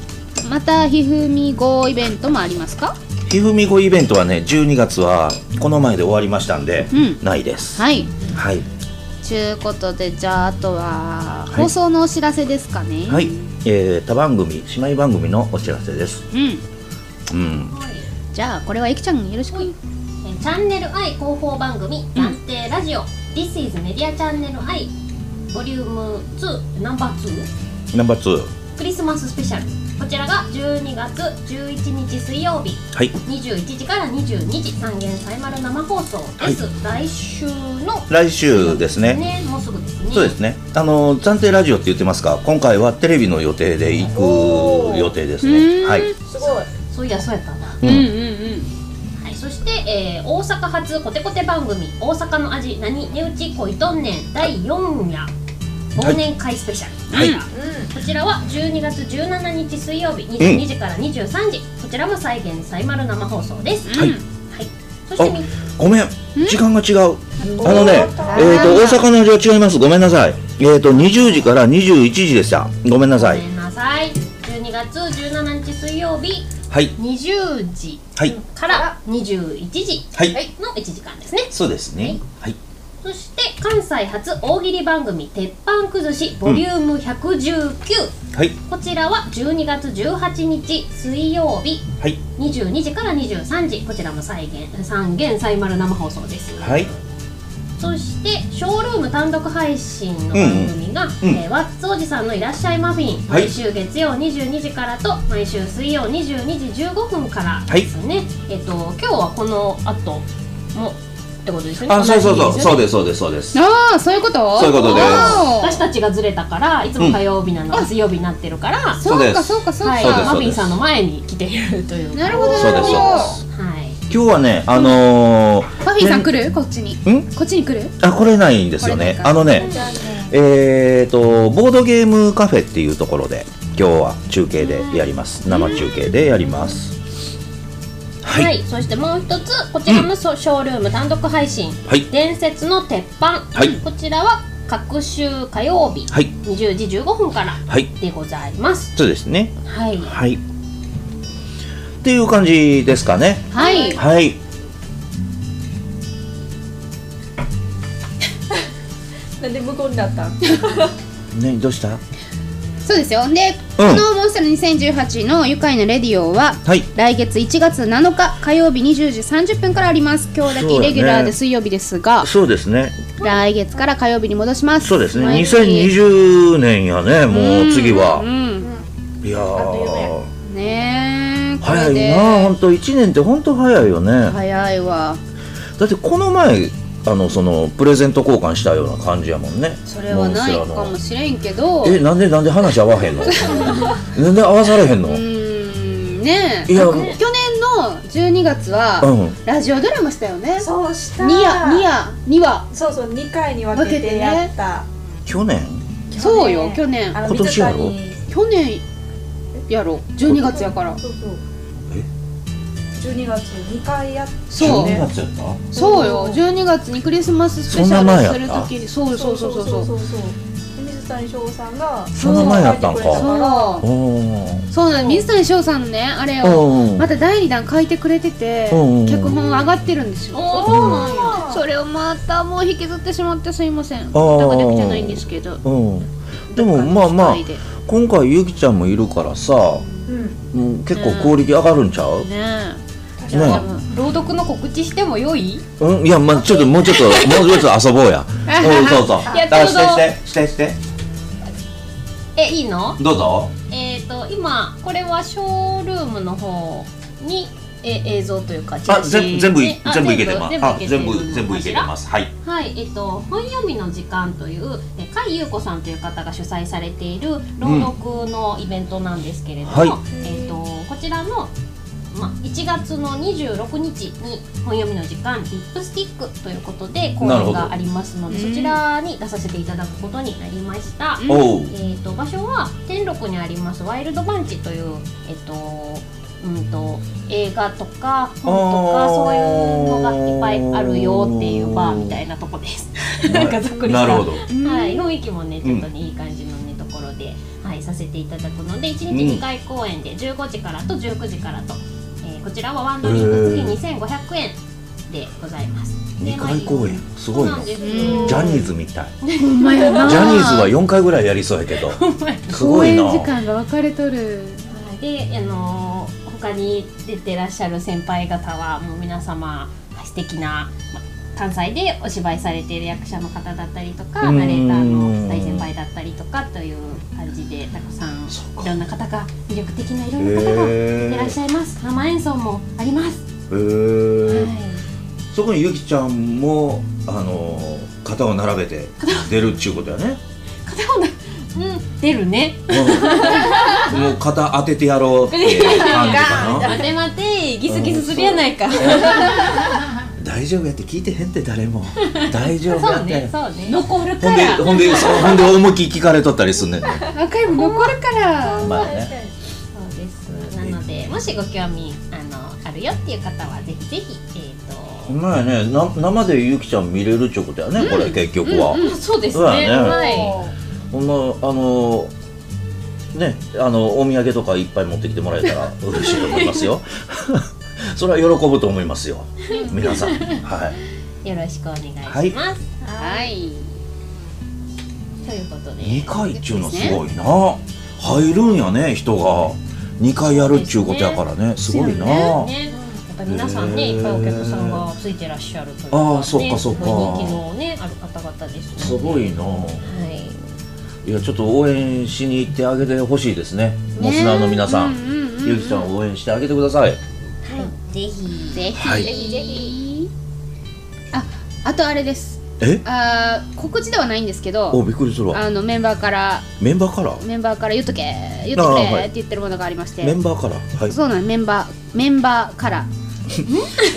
Speaker 2: またひふみ号イベントもありますか
Speaker 4: ひふみごイベントはね12月はこの前で終わりましたんで、
Speaker 2: うん
Speaker 4: ないです
Speaker 2: はい
Speaker 4: はい
Speaker 2: ちゅうことでじゃああとは
Speaker 4: はい
Speaker 2: 放送のお知らせですかね
Speaker 4: はい、えー、他番組姉妹番組のお知らせです
Speaker 2: うん
Speaker 4: うん
Speaker 2: じゃあこれはいきちゃんよろしく
Speaker 3: えーチャンネル I 広報番組「暫定ラジオ」This is メディアチャンネル I ボリューム2ナンバー2
Speaker 4: ナンバー2
Speaker 3: クリスマススペシャルこちらが12月11日水曜日
Speaker 4: はい
Speaker 3: 21時から22時三元サイマル生放送です、来週の
Speaker 4: 来週ですね
Speaker 3: ねもうすぐですね
Speaker 4: そうですねあの暫定ラジオって言ってますが今回はテレビの予定で行く予定ですねはい
Speaker 3: すごいそういやそうやったな
Speaker 4: うん
Speaker 6: うんうんうん
Speaker 3: はい、そして、えー大阪発コテコテ番組「大阪の味何値打ち恋とんねん」第4夜忘年会スペシャル、
Speaker 4: はい
Speaker 3: こちらは12月17日水曜日22時から23時、こちらも再現再丸生放送です、
Speaker 4: はい
Speaker 3: はい、そしてみ
Speaker 4: ごめん時間が違うあのねえっと大阪の味は違いますごめんなさいえっと20時から21時でしたごめんなさい
Speaker 3: ごめんなさい12月17日水曜日
Speaker 4: はい
Speaker 3: 20時
Speaker 4: はい
Speaker 3: から21時
Speaker 4: はい
Speaker 3: の1時間ですね、
Speaker 4: そうですねはい
Speaker 3: そして関西初大喜利番組「鉄板崩し」ボリューム119、
Speaker 4: はい
Speaker 3: こちらは12月18日水曜日
Speaker 4: はい
Speaker 3: 22時から23時こちらも再現三元再丸生放送です、
Speaker 4: はい
Speaker 3: そしてショールーム単独配信の番組が、
Speaker 4: うんうん
Speaker 3: えーワッツおじさんの「いらっしゃいマフィン」
Speaker 4: はい
Speaker 3: 毎週月曜22時からと毎週水曜22時15分からですね、えっ、と今日はこの後もってことですよね
Speaker 4: あそうそう
Speaker 3: 同
Speaker 4: そ
Speaker 3: じですよ
Speaker 4: うそう
Speaker 3: ね
Speaker 4: ですそうですそうです
Speaker 2: ああそういうこと
Speaker 4: そういうことです
Speaker 2: わ
Speaker 3: 私たちがずれたからいつも火曜日なのが水曜日になってるから、
Speaker 2: お
Speaker 4: そ
Speaker 2: そう
Speaker 4: で
Speaker 2: う
Speaker 4: す
Speaker 2: かそうかそう
Speaker 3: はい、
Speaker 4: そうです
Speaker 3: マ
Speaker 2: か
Speaker 3: フィンさんの前に来ているという
Speaker 2: なるほど
Speaker 4: そ
Speaker 2: な
Speaker 4: うで
Speaker 2: る
Speaker 4: す
Speaker 2: ほど
Speaker 4: そうです
Speaker 3: はい
Speaker 4: 今日はねあのー
Speaker 2: パフィーさん
Speaker 4: ね
Speaker 2: 来るこっちに
Speaker 4: ん
Speaker 2: こっちに来る
Speaker 4: あこれないんですよ
Speaker 2: こ
Speaker 4: ね
Speaker 2: れないか
Speaker 4: あのねえー、とボードゲームカフェっていうところで今日は中継でやります生中継でやりますは
Speaker 3: はいい、そしてもう一つこちらもそショールーム単独配信、
Speaker 4: はい
Speaker 3: 伝説の鉄板、
Speaker 4: はい
Speaker 3: こちらは各週火曜日、
Speaker 4: はい
Speaker 3: 20時15分から
Speaker 4: はい
Speaker 3: でございます
Speaker 4: そうですね
Speaker 3: はい
Speaker 4: はいっていう感じですかね
Speaker 2: はい
Speaker 4: はい
Speaker 1: なんで無言だったん
Speaker 4: ねどうした
Speaker 2: そうですよで、
Speaker 4: うん
Speaker 2: この「モンスター2018」の「愉快なレディオは」
Speaker 4: はい
Speaker 2: 来月1月7日火曜日20時30分からあります今日だけイレギュラーで水曜日ですが、
Speaker 4: そうですね
Speaker 2: 来月から火曜日に戻します
Speaker 4: そうですね
Speaker 2: 毎月
Speaker 4: 2020年やねもう次は
Speaker 2: うん
Speaker 4: いやー
Speaker 2: ねえこ
Speaker 4: 早
Speaker 2: れ
Speaker 4: い
Speaker 2: で
Speaker 4: な本当1年って本当早いよね
Speaker 2: 早いわ
Speaker 4: だってこの前あのそのプレゼント交換したような感じやもんね
Speaker 2: それはないかもしれんけど
Speaker 4: モンスラのえなんでなんで話合わへんのなんで合わされへんの、
Speaker 2: うーんねえ
Speaker 4: いや
Speaker 2: 去年の12月は、
Speaker 4: うん
Speaker 2: ラジオドラマしたよね
Speaker 1: そうした
Speaker 2: ニヤニヤニワ
Speaker 1: そうそう2回に分け
Speaker 2: 分けて
Speaker 1: て
Speaker 2: ね
Speaker 1: やった、
Speaker 4: 去年
Speaker 2: そうよ去年
Speaker 1: あの
Speaker 4: 今年はよ
Speaker 1: 水谷
Speaker 2: 去年やろ12月やから
Speaker 1: そうそう
Speaker 4: え
Speaker 1: 12月2回やっ
Speaker 2: そう
Speaker 4: 12月やった
Speaker 2: そうよ12月にクリスマススペシ
Speaker 4: そんな前
Speaker 2: ャ
Speaker 4: や
Speaker 2: ル
Speaker 4: っ
Speaker 2: す
Speaker 4: た
Speaker 2: るときにそうそうそうそうそう
Speaker 1: そうそうで水谷翔さんが
Speaker 4: そんな前やったん
Speaker 1: 書
Speaker 4: か
Speaker 1: いてくれから
Speaker 2: そ
Speaker 4: おー
Speaker 2: うそうなの水谷翔さんのねあれを
Speaker 4: うん
Speaker 2: また第2弾書いてくれてて
Speaker 4: うん
Speaker 2: 脚本上がってるんですよ
Speaker 1: あ
Speaker 2: それをまたもう引きずってしまってすいません全
Speaker 4: ー
Speaker 2: くできてないんですけど
Speaker 4: うんでもまあまあ
Speaker 2: 機械で
Speaker 4: 今回ゆきちゃんもいるからさ、うん、結構クオリティ上がるんちゃう、
Speaker 2: ねえ
Speaker 4: ね
Speaker 2: 多分
Speaker 7: 朗読の告知しても良い
Speaker 4: うん、いや、まあ、ちょっともうちょっともうちょっと遊ぼうやうんそうそう
Speaker 7: や
Speaker 4: あ
Speaker 7: ちょうど
Speaker 4: してしてしてして
Speaker 3: えいいの
Speaker 4: どうぞ
Speaker 3: えっ、と今これはショールームの方にえ映像というか
Speaker 4: あ全全部い
Speaker 3: あ
Speaker 4: 全部いけてます
Speaker 3: 全部
Speaker 4: あ
Speaker 3: いけて
Speaker 4: 全
Speaker 3: る
Speaker 4: 部
Speaker 3: の
Speaker 4: 全部いけて
Speaker 3: かしら
Speaker 4: ますはい
Speaker 3: はい、えっと、本読みの時間という、え甲斐優子さんという方が主催されている朗読のイベントなんですけれども、
Speaker 4: はい
Speaker 3: えっと、こちらの、まあ、1月の26日に本読みの時間リップスティックということで講
Speaker 4: なる
Speaker 3: 演
Speaker 4: ほど
Speaker 3: がありますので
Speaker 2: うん
Speaker 3: そちらに出させていただくことになりました。
Speaker 2: うん
Speaker 4: おう
Speaker 3: えー、と場所は天禄にありますワイルドバンチという、えっとうん、と映画とか本と
Speaker 4: あ
Speaker 3: か
Speaker 4: ー
Speaker 3: そういうのがいっぱいあるよっていうバーみたいなとこです。なんかざっくりした
Speaker 4: なるほど
Speaker 3: はい、雰囲気もねちょっとね、いい感じのねところで、はい、させていただくので1日
Speaker 4: うん
Speaker 3: 2回公演で15時からと19時からと、えーこちらはワンドリンク
Speaker 4: へ
Speaker 3: 月2500円でございます。で
Speaker 4: 二回公演す
Speaker 3: そ
Speaker 4: ごい
Speaker 3: うな
Speaker 4: なん
Speaker 3: で
Speaker 4: ジ
Speaker 3: すよ
Speaker 4: ャニーズみたい
Speaker 2: ほんまやな
Speaker 4: ジャニーズは四回ぐらいやりそうや けどすご
Speaker 2: 公
Speaker 4: い
Speaker 2: 演
Speaker 4: な
Speaker 2: 時間が分かれとる
Speaker 3: で、あのー他に出てらっしゃる先輩方はもう皆様素敵な、ま関西でお芝居されている役者の方だったりとか
Speaker 4: うん
Speaker 3: ナレーターの大先輩だったりとかという感じでたくさんいろんな方が魅力的ないろんな方がいらっしゃいます生演奏もあります、
Speaker 4: へー
Speaker 3: はい
Speaker 4: そこにゆきちゃんもあのー肩を並べて出るっちゅうことやね
Speaker 3: うん、出るね
Speaker 4: う んもう肩当ててやろうっていう感じかな
Speaker 7: 待て待てギスギスするやないか
Speaker 4: 大丈夫やって聞いてへんって 誰も大丈夫
Speaker 3: そ
Speaker 4: や
Speaker 3: う
Speaker 4: っ
Speaker 3: ね
Speaker 4: て
Speaker 3: そうね
Speaker 7: 残る
Speaker 4: ほんでほんでそうほんで思いっきり聞かれとったりすん ねんね
Speaker 2: 若いも残るから
Speaker 4: まあね
Speaker 3: そうです。なので、もしご興味あのあるよっていう方はぜひぜひえっ、
Speaker 4: ほんまやねな生でゆきちゃん見れるっちゅうことやねこれ結局は
Speaker 7: そうです
Speaker 4: そうや
Speaker 7: ね
Speaker 4: ね
Speaker 7: はい
Speaker 4: ほんまあのねあのお土産とかいっぱい持ってきてもらえた ら嬉しいと思いますよ それは喜ぶと思いますよ皆 さんはい
Speaker 3: とよろしくお願いします。
Speaker 4: はい
Speaker 2: はい
Speaker 3: ということで、
Speaker 4: 2回っちゅうのすごいな入るんやね人が2回やるっちゅうことやからねすごいな
Speaker 3: ね、やっぱ皆さんね
Speaker 4: へー
Speaker 3: いっぱいお客さんがついてらっしゃるという
Speaker 4: あ
Speaker 3: か、
Speaker 4: ー
Speaker 3: ね、
Speaker 4: そうかそうか
Speaker 3: ご人気のねある方々です
Speaker 4: す
Speaker 3: ので、
Speaker 4: ごいな
Speaker 3: はい。
Speaker 4: いやちょっと応援しに行ってあげてほしいですねモスナーの皆さんゆきちゃんを応援してあげてください
Speaker 3: はい、ぜひ
Speaker 2: ぜひ、
Speaker 4: はい
Speaker 2: ぜひぜひああとあれです
Speaker 4: え
Speaker 2: あー告知ではないんですけ
Speaker 4: お
Speaker 2: ど
Speaker 4: びっくりするわ
Speaker 2: あのメンバーから
Speaker 4: メンバーから
Speaker 2: メンバーから言っとけ言っ
Speaker 4: あ
Speaker 2: と
Speaker 4: ー
Speaker 2: け
Speaker 4: はい
Speaker 2: って言ってるものがありまし
Speaker 4: メ
Speaker 2: て
Speaker 4: ンバーからはい
Speaker 2: そうなんメンバーメンバーから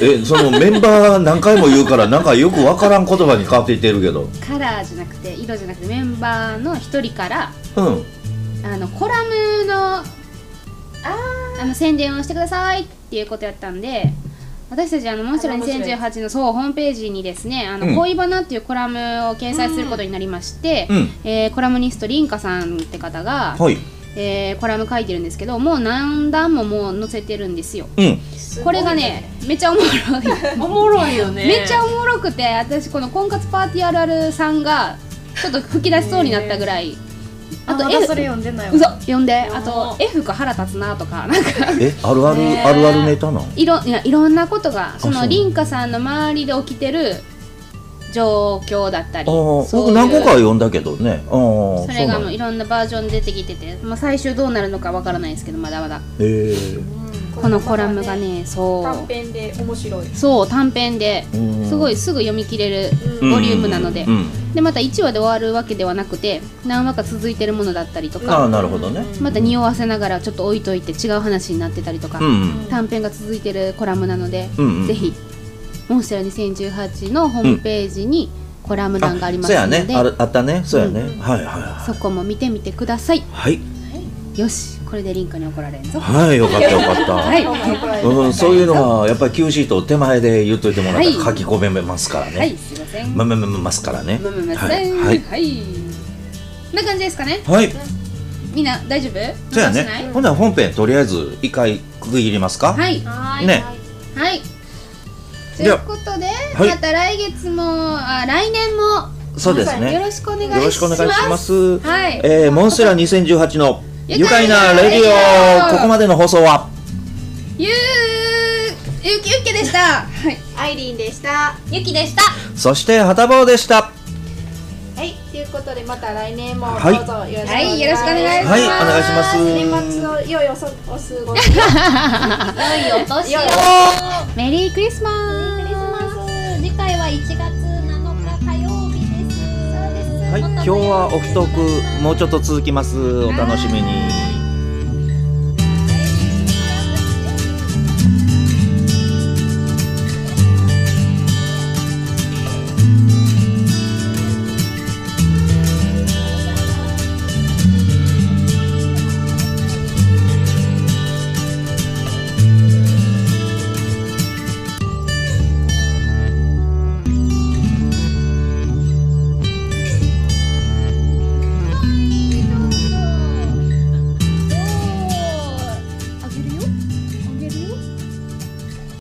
Speaker 4: えそのメンバー何回も言うからなんかよくわからん言葉に変わっていってるけど
Speaker 2: カラーじゃなくて色じゃなくてメンバーの一人から
Speaker 4: うん
Speaker 2: あのコラムのあの宣伝をしてくださいっていうことやったんで私たちあの「モンスター2018」のそうホームページにですね「あの
Speaker 4: うん
Speaker 2: 恋バナ」っていうコラムを掲載することになりまして、
Speaker 4: うん
Speaker 2: えーコラムニストりんかさんって方が、
Speaker 4: はい
Speaker 2: えーコラム書いてるんですけどもう何段ももう載せてるんですよ。
Speaker 4: うん
Speaker 2: これがねめちゃおもろい
Speaker 7: おもろいよね
Speaker 2: めっちゃおもろくて私この「婚活パーティーあるある」さんがちょっと吹き出しそうになったぐらいあと
Speaker 8: ま
Speaker 2: F
Speaker 8: だそれ読んでないわ
Speaker 2: うそ読んであと F が腹立つなとかなんか
Speaker 4: えあるある、
Speaker 8: ね
Speaker 4: あるあるネタなの
Speaker 2: いろいやいろんなことがそ
Speaker 4: あ
Speaker 2: の
Speaker 4: そう
Speaker 2: 凛花さんの周りで起きてる状況だったり
Speaker 4: ああ
Speaker 2: そういう
Speaker 4: 僕何個かは読んだけどねああそ
Speaker 2: それがもう
Speaker 4: え
Speaker 2: いろんなバージョン出てきてて、まあ、最終どうなるのかわからないですけどまだまだ
Speaker 4: えー
Speaker 2: このコラムがねそ
Speaker 9: 短
Speaker 2: う
Speaker 9: 編で面白い
Speaker 2: そう短編で
Speaker 4: うん
Speaker 2: すごいすぐ読み切れる
Speaker 9: うん
Speaker 2: ボリュームなので
Speaker 4: うん
Speaker 2: でまた1話で終わるわけではなくて何話か続いてるものだったりと
Speaker 4: ああ
Speaker 2: か
Speaker 4: なるほどね
Speaker 2: また匂わせながらちょっと置いといて違う話になってたりとか、
Speaker 4: うん
Speaker 2: 短編が続いてるコラムなので、
Speaker 4: うんうん
Speaker 2: ぜひ「モンステラ2018」のホームページにコラム欄があります
Speaker 4: そうや
Speaker 2: ので、
Speaker 4: ねあるあったねそうやね、はいはい
Speaker 2: そ
Speaker 4: は
Speaker 2: こも見てみてください
Speaker 4: いはい
Speaker 2: よしこれでリンカに怒られんぞ
Speaker 4: はいよかったよかっ た、
Speaker 2: はい
Speaker 4: うん、そういうのはやっぱり Q シートを手前で言っといてもらったら書き込めますからね、
Speaker 2: はいすいません
Speaker 4: ままままますからね
Speaker 2: むむむせん
Speaker 4: はいは
Speaker 2: はい
Speaker 4: い、
Speaker 2: こんな感じですかね
Speaker 4: はい、
Speaker 2: みんな大丈夫
Speaker 4: そうや
Speaker 2: なんかしない
Speaker 4: ねほんなら本編とりあえず一回区切りますか、
Speaker 2: はい
Speaker 8: はい
Speaker 4: ね
Speaker 2: はいとい
Speaker 4: で
Speaker 2: う
Speaker 4: は
Speaker 2: ことで、
Speaker 4: はい
Speaker 2: また来月もあ来年も
Speaker 4: そうですね
Speaker 2: よ
Speaker 4: よ
Speaker 2: ろしくお願いします
Speaker 4: ろしくお願いします
Speaker 2: はい
Speaker 4: えーモンステラ2018の愉
Speaker 2: 愉快
Speaker 4: 快な
Speaker 2: なレ
Speaker 4: レデ
Speaker 2: デ
Speaker 4: ィ
Speaker 2: ィオ
Speaker 4: オここまでの放送は
Speaker 2: ゆうゆきゆっけでしたはい
Speaker 9: アイリーンでした
Speaker 8: ゆきでした
Speaker 4: そして旗坊でした
Speaker 9: はいということでまた来年もどう
Speaker 4: はい
Speaker 9: ぞよろしくお願いします、
Speaker 2: はいよろしくお願いします
Speaker 4: はいお願いします
Speaker 9: 年末の良いおそお過ごし
Speaker 8: 良いお年を
Speaker 9: 良い
Speaker 2: メリークリスマス
Speaker 8: 次回は1月7日火曜日ですそうです
Speaker 4: はい今日はオフトークもうちょっと続きますお楽しみに